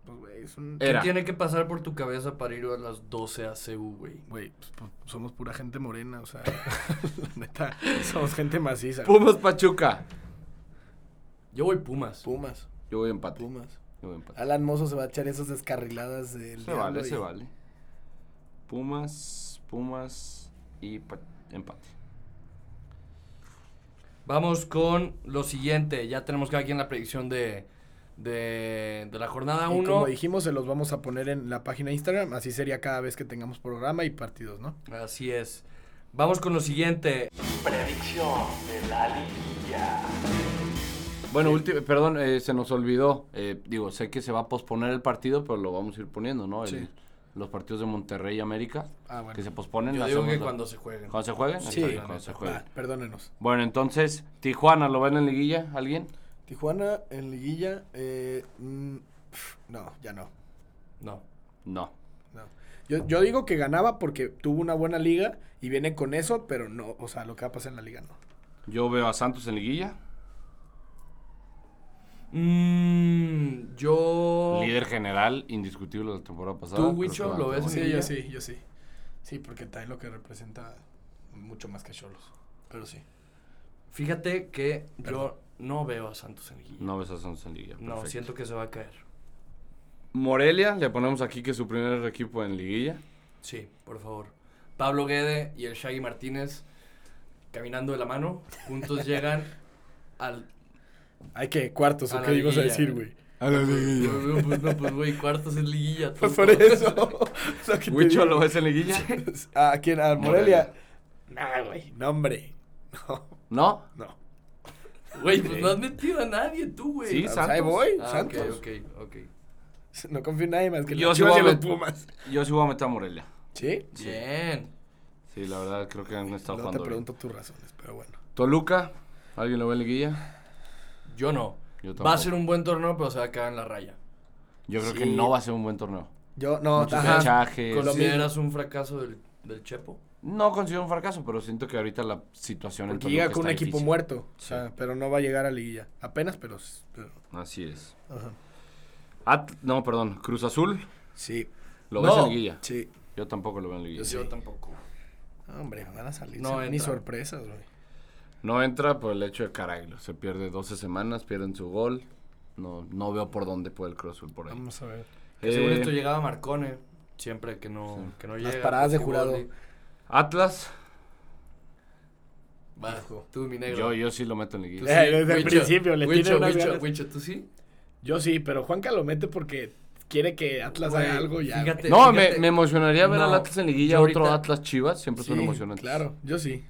Speaker 3: pues, güey, es un...
Speaker 4: Eh.
Speaker 2: ¿Qué
Speaker 4: Era.
Speaker 2: tiene que pasar por tu cabeza para ir a las 12 a CU, güey?
Speaker 3: Güey, pues, pues, somos pura gente morena, o sea, la neta, somos gente maciza.
Speaker 4: Pumas Pachuca.
Speaker 2: Yo voy Pumas.
Speaker 3: Pumas,
Speaker 4: Yo voy a empate.
Speaker 3: Pumas.
Speaker 4: Yo voy a empate.
Speaker 3: Alan Mozo se va a echar esas descarriladas del
Speaker 4: Se vale, se vale. Pumas, Pumas y pa- empate.
Speaker 2: Vamos con lo siguiente. Ya tenemos cada quien la predicción de, de, de la jornada
Speaker 3: Y como
Speaker 2: 1.
Speaker 3: dijimos, se los vamos a poner en la página de Instagram. Así sería cada vez que tengamos programa y partidos, ¿no?
Speaker 2: Así es. Vamos con lo siguiente.
Speaker 1: Predicción de la liguilla.
Speaker 4: Bueno, ulti- perdón, eh, se nos olvidó. Eh, digo, sé que se va a posponer el partido, pero lo vamos a ir poniendo, ¿no? El-
Speaker 2: Sí.
Speaker 4: Los partidos de Monterrey y América,
Speaker 3: Ah, bueno.
Speaker 4: que se posponen.
Speaker 2: Yo
Speaker 4: la
Speaker 2: digo que
Speaker 4: segunda-
Speaker 2: cuando se jueguen.
Speaker 4: ¿Cuando se jueguen?
Speaker 3: Sí,
Speaker 4: Está bien,
Speaker 3: la
Speaker 4: cuando se
Speaker 3: neta.
Speaker 4: jueguen.
Speaker 3: Va, perdónenos.
Speaker 4: Bueno, entonces, Tijuana, ¿lo ven en liguilla? ¿Alguien?
Speaker 3: Tijuana en liguilla. eh, mm, pf, no, ya no.
Speaker 2: No.
Speaker 4: No.
Speaker 3: no. Yo, yo digo que ganaba porque tuvo una buena liga y viene con eso, pero no, o sea, lo que va a pasar en la liga no.
Speaker 4: Yo veo a Santos en liguilla.
Speaker 2: Mm, yo.
Speaker 4: Líder general, indiscutible de la temporada pasada.
Speaker 2: ¿Tú,
Speaker 4: Creo
Speaker 2: Huicho,
Speaker 4: que va
Speaker 2: lo
Speaker 4: a
Speaker 2: ves en Sí, yo
Speaker 4: acabar.
Speaker 2: sí,
Speaker 3: yo Pues sí. Sí, porque trae lo que representa mucho más que Cholos. Pero sí.
Speaker 2: Fíjate que
Speaker 3: Perdón.
Speaker 2: yo no veo a Santos en liguilla.
Speaker 4: No ves a Santos en liguilla.
Speaker 2: No,
Speaker 4: perfecto.
Speaker 2: siento que se va a caer.
Speaker 4: Morelia, le ponemos aquí que es su primer equipo en liguilla.
Speaker 2: Sí, por favor. Pablo Guede y el Shaggy Martínez caminando de la mano, juntos llegan al.
Speaker 3: Hay que cuartos,
Speaker 2: A
Speaker 3: ¿o
Speaker 2: la
Speaker 3: qué ibas a Pues
Speaker 2: liguilla.
Speaker 3: decir, güey?
Speaker 2: No, pues, no, pues, güey, cuartos es liguilla.
Speaker 3: Pues
Speaker 2: tonto.
Speaker 3: por eso. es lo que te
Speaker 4: Huicho,
Speaker 3: digo.
Speaker 4: ¿lo ves en liguilla?
Speaker 3: ¿A quién? ¿A Morelia? Nah, güey. No, hombre. No,
Speaker 4: ¿No?
Speaker 3: no.
Speaker 2: Güey, pues no has metido a nadie tú, güey.
Speaker 4: Sí,
Speaker 3: Pues
Speaker 4: Santos.
Speaker 3: ahí voy,
Speaker 2: Ah,
Speaker 3: Santos.
Speaker 2: ok, ok, ok.
Speaker 3: No confío en nadie más que en
Speaker 4: Yo
Speaker 3: las
Speaker 4: sí voy
Speaker 3: Chivas
Speaker 4: a
Speaker 3: y los
Speaker 4: met-
Speaker 3: Pumas.
Speaker 4: Yo sí voy a meter a Morelia.
Speaker 3: ¿Sí?
Speaker 4: Sí.
Speaker 2: Bien.
Speaker 4: Sí, la verdad creo que han estado
Speaker 3: No te
Speaker 4: jugando bien.
Speaker 3: pregunto tus razones, pero bueno.
Speaker 4: Toluca, ¿alguien lo ve en liguilla?
Speaker 2: Yo no.
Speaker 4: Yo tampoco.
Speaker 2: va a ser un buen torneo, pero se va a quedar en la raya.
Speaker 4: Yo creo
Speaker 3: Sí.
Speaker 4: que no va a ser un buen torneo.
Speaker 3: Yo, no,
Speaker 4: Mucho
Speaker 3: ajá.
Speaker 4: fichaje.
Speaker 3: Con lo mismo.
Speaker 2: ¿Consideras un fracaso del, del Chepo?
Speaker 4: No considero un fracaso, pero siento que ahorita la situación en
Speaker 3: Porque
Speaker 4: Toluca
Speaker 3: llega con un
Speaker 4: está
Speaker 3: equipo
Speaker 4: difícil.
Speaker 3: muerto, o sea, pero no va a llegar a liguilla. Apenas, pero... s- pero-
Speaker 4: Así es.
Speaker 3: ajá.
Speaker 4: At- no, perdón, Cruz Azul,
Speaker 3: Sí,
Speaker 4: ¿lo
Speaker 2: No.
Speaker 4: ves en liguilla?
Speaker 3: sí.
Speaker 4: Yo tampoco lo veo en liguilla.
Speaker 2: Yo tampoco.
Speaker 3: No, Ah, hombre, van a salir
Speaker 2: No
Speaker 3: sin- ni
Speaker 2: entra.
Speaker 3: sorpresas, güey.
Speaker 4: No entra por el hecho de Caraglio. Se pierde 12 semanas, pierden su gol. No, no veo por dónde puede el Cruz Azul por ahí.
Speaker 3: Vamos a ver.
Speaker 2: Que según
Speaker 4: Eh,
Speaker 2: esto llegaba Marcone. Siempre que no, que no llega.
Speaker 3: Las paradas de
Speaker 2: Festivaldi.
Speaker 3: Jurado.
Speaker 4: Atlas,
Speaker 2: Va,
Speaker 3: Hijo.
Speaker 2: tú, mi negro.
Speaker 4: yo, yo sí lo meto en
Speaker 2: Tú
Speaker 4: liguilla.
Speaker 2: sí,
Speaker 3: Eh, desde el
Speaker 2: Huicho,
Speaker 3: principio le tiene
Speaker 2: Huicho,
Speaker 3: unas
Speaker 2: Huicho,
Speaker 3: ganas.
Speaker 2: Huicho, ¿tú sí?
Speaker 3: Yo sí, pero Juanca lo mete porque quiere que Atlas
Speaker 2: Güey,
Speaker 3: haga algo ya.
Speaker 2: fíjate,
Speaker 4: No, me, me emocionaría ver
Speaker 2: No,
Speaker 4: al Atlas en liguilla,
Speaker 2: yo
Speaker 4: otro
Speaker 2: ahorita-
Speaker 4: Atlas Chivas, siempre
Speaker 3: güey.
Speaker 4: son
Speaker 3: Sí,
Speaker 4: emocionantes.
Speaker 3: Claro, yo sí.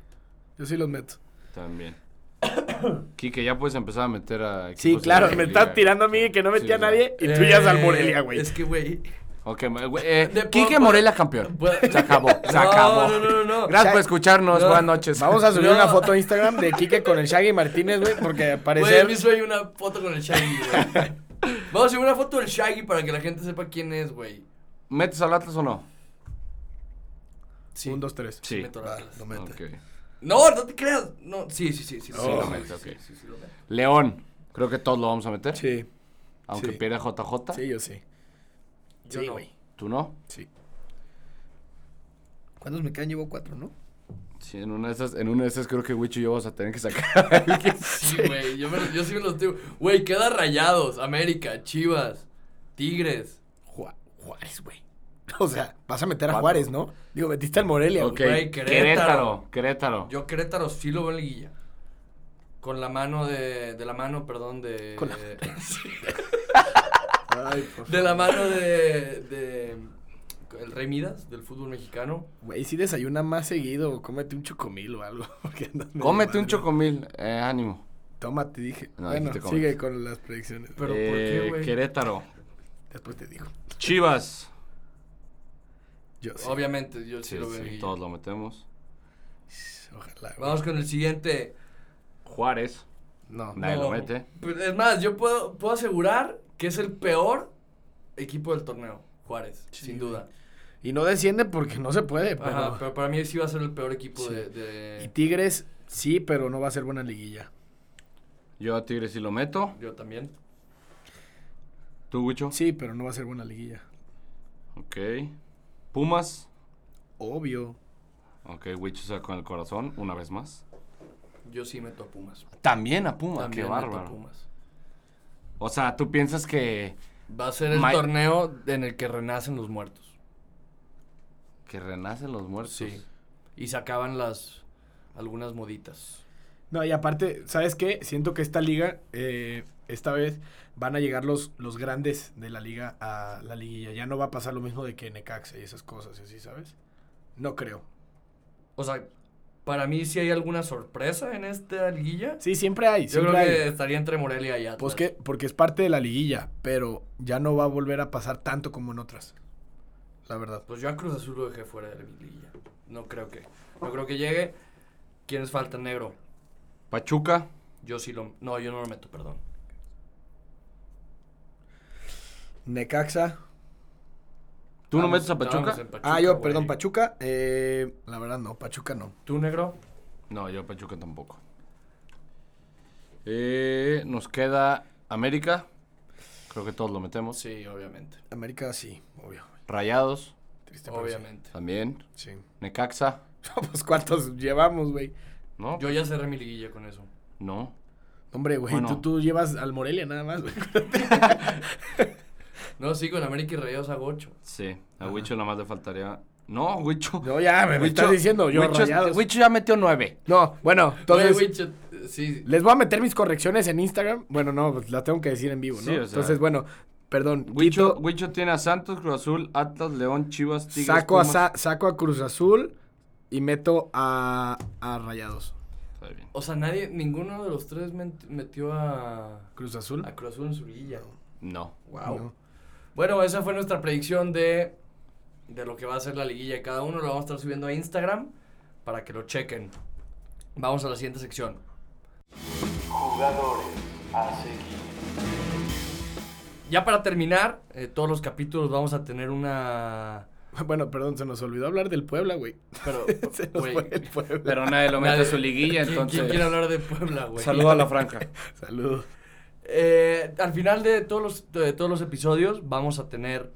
Speaker 3: Yo sí los meto.
Speaker 4: También. Quique, ya puedes empezar a meter a.
Speaker 3: Sí,
Speaker 4: equipos
Speaker 3: claro,
Speaker 2: pues,
Speaker 4: de
Speaker 3: me
Speaker 4: liga.
Speaker 3: estás tirando a mí que no
Speaker 4: Sí,
Speaker 3: metía a
Speaker 4: o sea,
Speaker 3: nadie y tú ya al Morelia, güey.
Speaker 2: Eh, Es que, güey.
Speaker 4: Ok, ma- güey, eh,
Speaker 2: De-
Speaker 4: Quique
Speaker 2: po-
Speaker 4: Morelia campeón.
Speaker 2: puedo-
Speaker 4: Se acabó, se
Speaker 2: No,
Speaker 4: acabó.
Speaker 2: no, no, no, no.
Speaker 4: Gracias por escucharnos,
Speaker 2: No.
Speaker 4: buenas noches.
Speaker 3: Vamos a subir
Speaker 2: No.
Speaker 3: una foto a Instagram de Quique con el Shaggy Martínez, güey, porque al
Speaker 2: Güey, a
Speaker 3: parecer
Speaker 2: mí sueño una foto con el Shaggy, güey. Vamos a hacer una foto del Shaggy para que la gente sepa quién es, güey.
Speaker 4: ¿Metes al Atlas o no?
Speaker 2: Sí.
Speaker 3: un, dos, tres.
Speaker 4: Sí. Ah,
Speaker 2: meto al
Speaker 3: Va,
Speaker 2: Atlas.
Speaker 3: lo mete.
Speaker 4: Ok.
Speaker 2: No, no te creas. No, sí, sí, sí, sí.
Speaker 3: Sí, lo
Speaker 4: meto,
Speaker 2: sí,
Speaker 4: Oh, ok.
Speaker 2: sí, sí, lo meto.
Speaker 4: León, creo que todos lo vamos a meter.
Speaker 3: Sí,
Speaker 4: Aunque
Speaker 3: sí.
Speaker 4: pierda JJ.
Speaker 3: sí, yo sí.
Speaker 2: Yo
Speaker 3: sí,
Speaker 2: no.
Speaker 3: güey.
Speaker 4: ¿Tú no?
Speaker 3: Sí. ¿Cuántos me quedan? Llevo cuatro, ¿no?
Speaker 4: Sí, en una de esas, en una de esas creo que Wicho y yo vamos a tener que sacar. a alguien.
Speaker 2: Sí, güey. Yo, me lo- yo sí me los tengo. Güey, queda rayados. América, Chivas, Tigres.
Speaker 3: Ju- Juárez, güey. O sea, vas a meter a
Speaker 4: Cuatro.
Speaker 3: Juárez, ¿no? Digo, metiste al Morelia,
Speaker 4: ok.
Speaker 3: güey.
Speaker 2: Güey, Querétaro.
Speaker 4: Querétaro. Querétaro.
Speaker 2: Yo Querétaro sí lo veo en liguilla. Con la mano de. De la mano, perdón, de.
Speaker 3: Con la- Ay, por
Speaker 2: De la mano de. de el Rey Midas del fútbol mexicano.
Speaker 3: Güey, si desayuna más seguido, cómete un chocomil o algo. porque andas medio
Speaker 4: Cómete un
Speaker 3: mal,
Speaker 4: chocomil. Eh, ánimo.
Speaker 3: güey. Toma, te dije.
Speaker 4: No,
Speaker 3: bueno,
Speaker 4: dijiste cómete.
Speaker 3: sigue con las predicciones.
Speaker 2: Pero ¿por qué,
Speaker 4: Eh,
Speaker 2: güey?
Speaker 4: Querétaro.
Speaker 3: Después te digo.
Speaker 4: Chivas.
Speaker 3: Yo sí.
Speaker 2: Obviamente, yo sí,
Speaker 4: Sí,
Speaker 2: lo veo. en
Speaker 4: sí,
Speaker 2: liguilla.
Speaker 4: todos lo metemos. Oh.
Speaker 3: Ojalá. güey.
Speaker 2: Vamos con el siguiente.
Speaker 4: Juárez.
Speaker 3: No.
Speaker 4: Nadie lo mete.
Speaker 2: Pero pues, Es más, yo puedo, puedo asegurar que es el peor equipo del torneo. Juárez,
Speaker 3: Sí,
Speaker 2: sin
Speaker 3: güey.
Speaker 2: duda.
Speaker 3: Y no desciende porque no se puede, pero...
Speaker 2: Ajá, pero para mí sí va a ser el peor equipo
Speaker 3: Sí.
Speaker 2: de,
Speaker 3: Y
Speaker 4: eh.
Speaker 2: de-
Speaker 3: Tigres, sí, pero no va a ser buena liguilla.
Speaker 4: Yo a Tigres sí lo meto.
Speaker 2: Yo también.
Speaker 4: ¿Tú, Wicho?
Speaker 3: Sí, pero no va a ser buena liguilla.
Speaker 4: Ok. Pumas.
Speaker 3: Obvio.
Speaker 4: Ok, Wicho está con el corazón, una vez más.
Speaker 2: Yo sí meto a Pumas.
Speaker 4: También a Pumas,
Speaker 2: También
Speaker 4: qué
Speaker 2: meto a
Speaker 4: Ah, bárbaro.
Speaker 2: Pumas.
Speaker 4: O sea, tú piensas que,
Speaker 2: Va a ser el
Speaker 4: Ma-
Speaker 2: torneo en el que renacen los muertos.
Speaker 4: que renacen los
Speaker 3: Pues
Speaker 4: muertos.
Speaker 2: Sí. Y se acaban las. algunas moditas.
Speaker 3: No, y aparte, ¿sabes qué? Siento que esta liga eh, esta vez van a llegar los, los grandes de la liga a la liguilla. Ya no va a pasar lo mismo de que Necaxa y esas cosas, y así, ¿sabes? No creo.
Speaker 2: O sea, para mí sí hay alguna sorpresa en esta liguilla.
Speaker 3: Sí, siempre hay.
Speaker 2: Yo
Speaker 3: siempre
Speaker 2: creo que
Speaker 3: hay.
Speaker 2: estaría entre Morelia y Atlas.
Speaker 3: Pues que, porque es parte de la liguilla, pero ya no va a volver a pasar tanto como en otras. La verdad.
Speaker 2: Pues yo a Cruz Azul lo dejé fuera de la liguilla. No creo que. No creo que llegue. ¿Quiénes faltan, negro?
Speaker 4: Pachuca.
Speaker 2: Yo sí lo. No, yo no lo meto, perdón.
Speaker 3: Necaxa.
Speaker 4: ¿Tú no
Speaker 2: Vamos-
Speaker 4: metes a Pachuca?
Speaker 2: vamos en
Speaker 3: ah, yo,
Speaker 2: güey.
Speaker 3: perdón, Pachuca. eh, la verdad, no, Pachuca no.
Speaker 2: ¿Tú, negro?
Speaker 4: No, yo Pachuca tampoco. Eh, nos queda América. Creo que todos lo metemos.
Speaker 2: Sí, obviamente.
Speaker 3: América sí, obvio.
Speaker 4: Rayados,
Speaker 3: Triste, pero sí.
Speaker 2: obviamente.
Speaker 4: también.
Speaker 3: Sí.
Speaker 4: Necaxa.
Speaker 3: pues cuántos llevamos, güey.
Speaker 4: ¿No?
Speaker 2: Yo ya cerré mi liguilla con eso.
Speaker 4: No.
Speaker 3: Hombre, güey,
Speaker 4: Bueno.
Speaker 3: tú, tú llevas al Morelia nada más, güey.
Speaker 2: No, sí, con América y Rayados hago 8.
Speaker 4: Sí. A Huicho nada más le faltaría. No, Huicho.
Speaker 3: No, ya, me, me estás diciendo, yo
Speaker 4: Huicho,
Speaker 3: rayados.
Speaker 4: Huicho ya metió nueve.
Speaker 3: No, bueno, entonces.
Speaker 2: sí.
Speaker 3: Les voy a meter mis correcciones en Instagram. Bueno, no, pues las tengo que decir en vivo, ¿no?
Speaker 4: Sí, o sea.
Speaker 3: entonces, bueno, perdón.
Speaker 4: Huicho,
Speaker 3: quito-
Speaker 4: Huicho tiene a Santos, Cruz Azul, Atlas, León, Chivas, Tigres.
Speaker 3: saco, a,
Speaker 4: Pumas.
Speaker 3: Sa- saco a Cruz Azul y meto a, a Rayados.
Speaker 4: Está bien.
Speaker 2: O sea, nadie, ninguno de los tres ment- metió a,
Speaker 3: Cruz Azul.
Speaker 4: Ah,
Speaker 2: a Cruz Azul en su liguilla.
Speaker 4: No.
Speaker 2: Wow.
Speaker 3: No.
Speaker 2: Bueno, esa fue nuestra predicción de, de lo que va a ser la liguilla de cada uno. Lo vamos a estar subiendo a Instagram para que lo chequen. Vamos a la siguiente sección.
Speaker 1: Jugadores a seguir.
Speaker 2: Ya para terminar, eh, todos los capítulos vamos a tener una...
Speaker 3: Bueno, perdón, se nos olvidó hablar del Puebla, güey.
Speaker 2: Pero,
Speaker 3: Se nos
Speaker 2: güey,
Speaker 3: fue el Puebla.
Speaker 4: Pero nadie lo mete
Speaker 2: nadie-
Speaker 4: a su liguilla,
Speaker 2: ¿quién-
Speaker 4: entonces.
Speaker 2: ¿Quién quiere hablar de Puebla, güey?
Speaker 4: Saludo a la franja.
Speaker 3: Saludos.
Speaker 2: Eh, al final de todos, los, de todos los episodios vamos a tener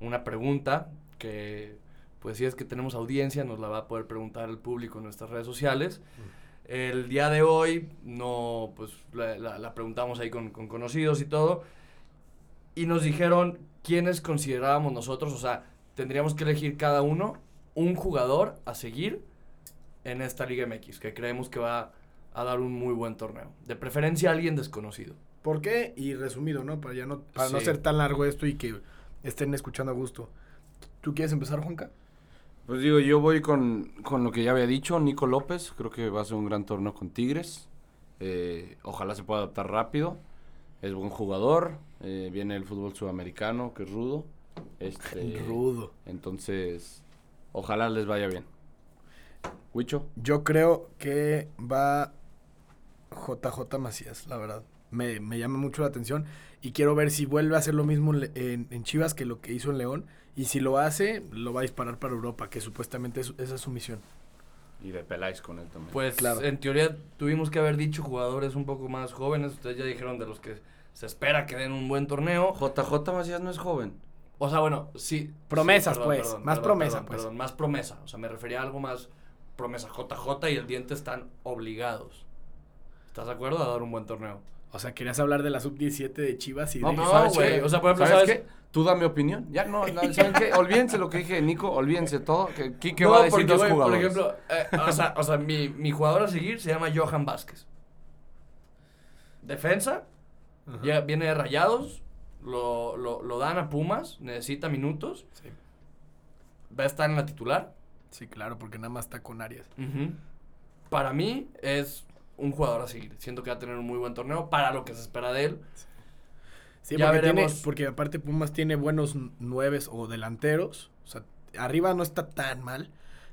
Speaker 2: una pregunta que, pues si es que tenemos audiencia, nos la va a poder preguntar el público en nuestras redes sociales. El día de hoy no, pues la, la- la preguntamos ahí con, con conocidos y todo. Y nos dijeron quiénes considerábamos nosotros, o sea, tendríamos que elegir cada uno un jugador a seguir en esta Liga MX, que creemos que va a dar un muy buen torneo. De preferencia alguien desconocido.
Speaker 3: ¿Por qué? Y resumido, ¿no? Para, ya no, para no
Speaker 2: Sí.
Speaker 3: ser tan largo esto y que estén escuchando a gusto. ¿Tú quieres empezar, Juanca?
Speaker 4: Pues digo, yo voy con, con lo que ya había dicho, Nico López. Creo que va a ser un gran torneo con Tigres. Eh, ojalá se pueda adaptar rápido. Es buen jugador. eh, viene el fútbol sudamericano, que es rudo. Este,
Speaker 3: Rudo.
Speaker 4: Entonces, ojalá les vaya bien. Huicho,
Speaker 3: Yo creo que va JJ Macías, la verdad. Me, me llama mucho la atención y quiero ver si vuelve a hacer lo mismo en, Le- en- en Chivas que lo que hizo en León. Y si lo hace, lo va a disparar para Europa, que supuestamente es- esa es su misión.
Speaker 4: y de Peláez con él también.
Speaker 2: Pues
Speaker 3: Claro.
Speaker 2: en teoría tuvimos que haber dicho jugadores un poco más jóvenes. Ustedes ya dijeron de los que se espera que den un buen torneo.
Speaker 4: JJ Macías no es joven.
Speaker 2: O sea, bueno, sí.
Speaker 3: Promesas,
Speaker 2: sí, perdón,
Speaker 3: pues,
Speaker 2: perdón,
Speaker 3: más
Speaker 2: perdón,
Speaker 3: promesa,
Speaker 2: perdón,
Speaker 3: pues.
Speaker 2: perdón, más promesa. O sea, me refería a algo más promesa. JJ y el diente están obligados. ¿Estás de acuerdo a dar un buen torneo?
Speaker 3: O sea, querías hablar de la sub-17 de Chivas y de...
Speaker 2: No,
Speaker 4: pues, ¿sabes
Speaker 2: güey,
Speaker 4: qué?
Speaker 2: o sea, por ejemplo,
Speaker 4: ¿sabes,
Speaker 2: ¿sabes?
Speaker 4: qué? Tú da mi opinión. Ya no, no, ¿saben qué? Olvídense lo que dije de Nico, olvídense todo. Que Quique
Speaker 2: No,
Speaker 4: va a decir
Speaker 2: porque,
Speaker 4: dos
Speaker 2: güey,
Speaker 4: jugadores.
Speaker 2: Por ejemplo, eh, o sea, o sea, mi, mi jugador a seguir se llama Johan Vázquez. Defensa. llega- viene de Rayados. Lo, lo- lo dan a Pumas. Necesita minutos.
Speaker 3: Sí,
Speaker 2: Va a estar en la titular.
Speaker 3: sí, claro, porque nada más está con Arias.
Speaker 2: Para mí es un jugador a seguir. Siento que va a tener un muy buen torneo para lo que se espera de él.
Speaker 3: Sí,
Speaker 2: Ya
Speaker 3: porque, tiene-
Speaker 2: veremos.
Speaker 3: porque aparte Pumas tiene buenos n- nueves o delanteros. O sea, arriba no está tan mal.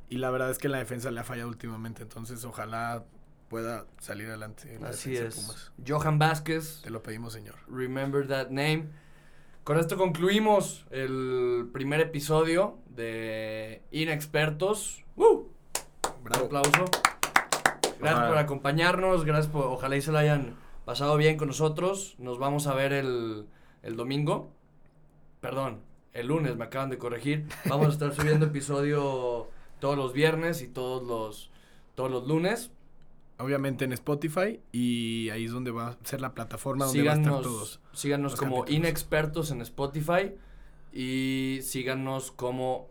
Speaker 3: Y la verdad es que la defensa le ha fallado últimamente. Entonces, ojalá pueda salir adelante. la defensa de Pumas.
Speaker 2: Johan Vázquez.
Speaker 3: Te lo pedimos, señor.
Speaker 2: Remember That Name. Con esto concluimos el primer episodio de Inexpertos.
Speaker 3: ¡Uh!
Speaker 2: ¡Woo! Un
Speaker 3: Bravo.
Speaker 2: aplauso. Gracias
Speaker 4: Ojalá.
Speaker 2: por acompañarnos, gracias por, ojalá y se la hayan pasado bien con nosotros. Nos vamos a ver el, el domingo. Perdón, el lunes me acaban de corregir. Vamos a estar subiendo episodio todos los viernes y todos los todos los lunes.
Speaker 3: Obviamente en Spotify. Y ahí es donde va a ser la plataforma donde va a estar
Speaker 2: Síganos,
Speaker 3: todos.
Speaker 2: síganos
Speaker 3: los
Speaker 2: como
Speaker 3: capítulos.
Speaker 2: inexpertos en Spotify y síganos como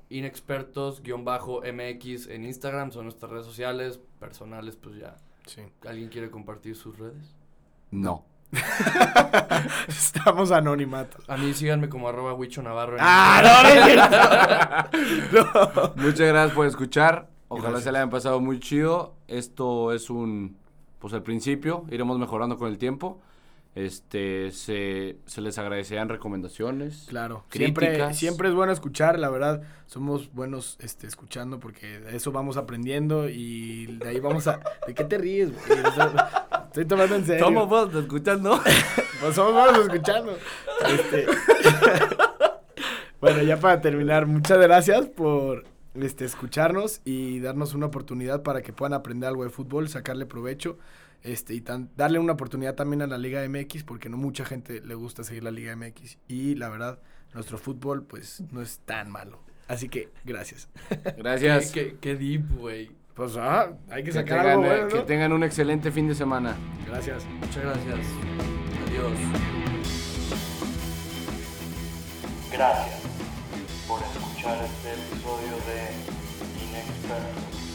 Speaker 2: inexpertos-mx en Instagram, son nuestras redes sociales personales, pues ya.
Speaker 3: Sí.
Speaker 2: ¿Alguien quiere compartir sus redes?
Speaker 4: No.
Speaker 3: Estamos anonimatos.
Speaker 2: A mí síganme como arroba Huicho Navarro. en
Speaker 3: ¡Ah, no, no es cierto! No.
Speaker 4: Muchas gracias por escuchar. Ojalá
Speaker 3: Gracias.
Speaker 4: se la hayan pasado muy chido. Esto es un, pues el principio. Iremos mejorando con el tiempo. Este, se, se les agradecerían recomendaciones.
Speaker 3: Claro, siempre,
Speaker 4: Críticas.
Speaker 3: siempre es bueno escuchar, la verdad, somos buenos este, escuchando porque de eso vamos aprendiendo y de ahí vamos a... ¿De qué te ríes? güey? O sea, Estoy tomando en serio.
Speaker 2: Tomo vos, ¿te escuchas, no?
Speaker 3: Pues somos buenos escuchando. Este, bueno, ya para terminar, muchas gracias por este, escucharnos y darnos una oportunidad para que puedan aprender algo de fútbol, sacarle provecho este, y tan- darle una oportunidad también a la Liga MX porque no mucha gente le gusta seguir la Liga MX y la verdad, nuestro fútbol pues no es tan malo. Así que gracias.
Speaker 4: Gracias.
Speaker 2: Qué, qué- qué deep, güey.
Speaker 3: Pues ah, hay que
Speaker 4: Que
Speaker 3: sacar
Speaker 4: tengan,
Speaker 3: algo
Speaker 4: eh,
Speaker 3: bueno,
Speaker 4: que
Speaker 3: ¿no?
Speaker 4: tengan un excelente fin de semana.
Speaker 3: Gracias.
Speaker 2: Muchas gracias. Adiós.
Speaker 1: Gracias por escuchar este episodio de Inexpertos.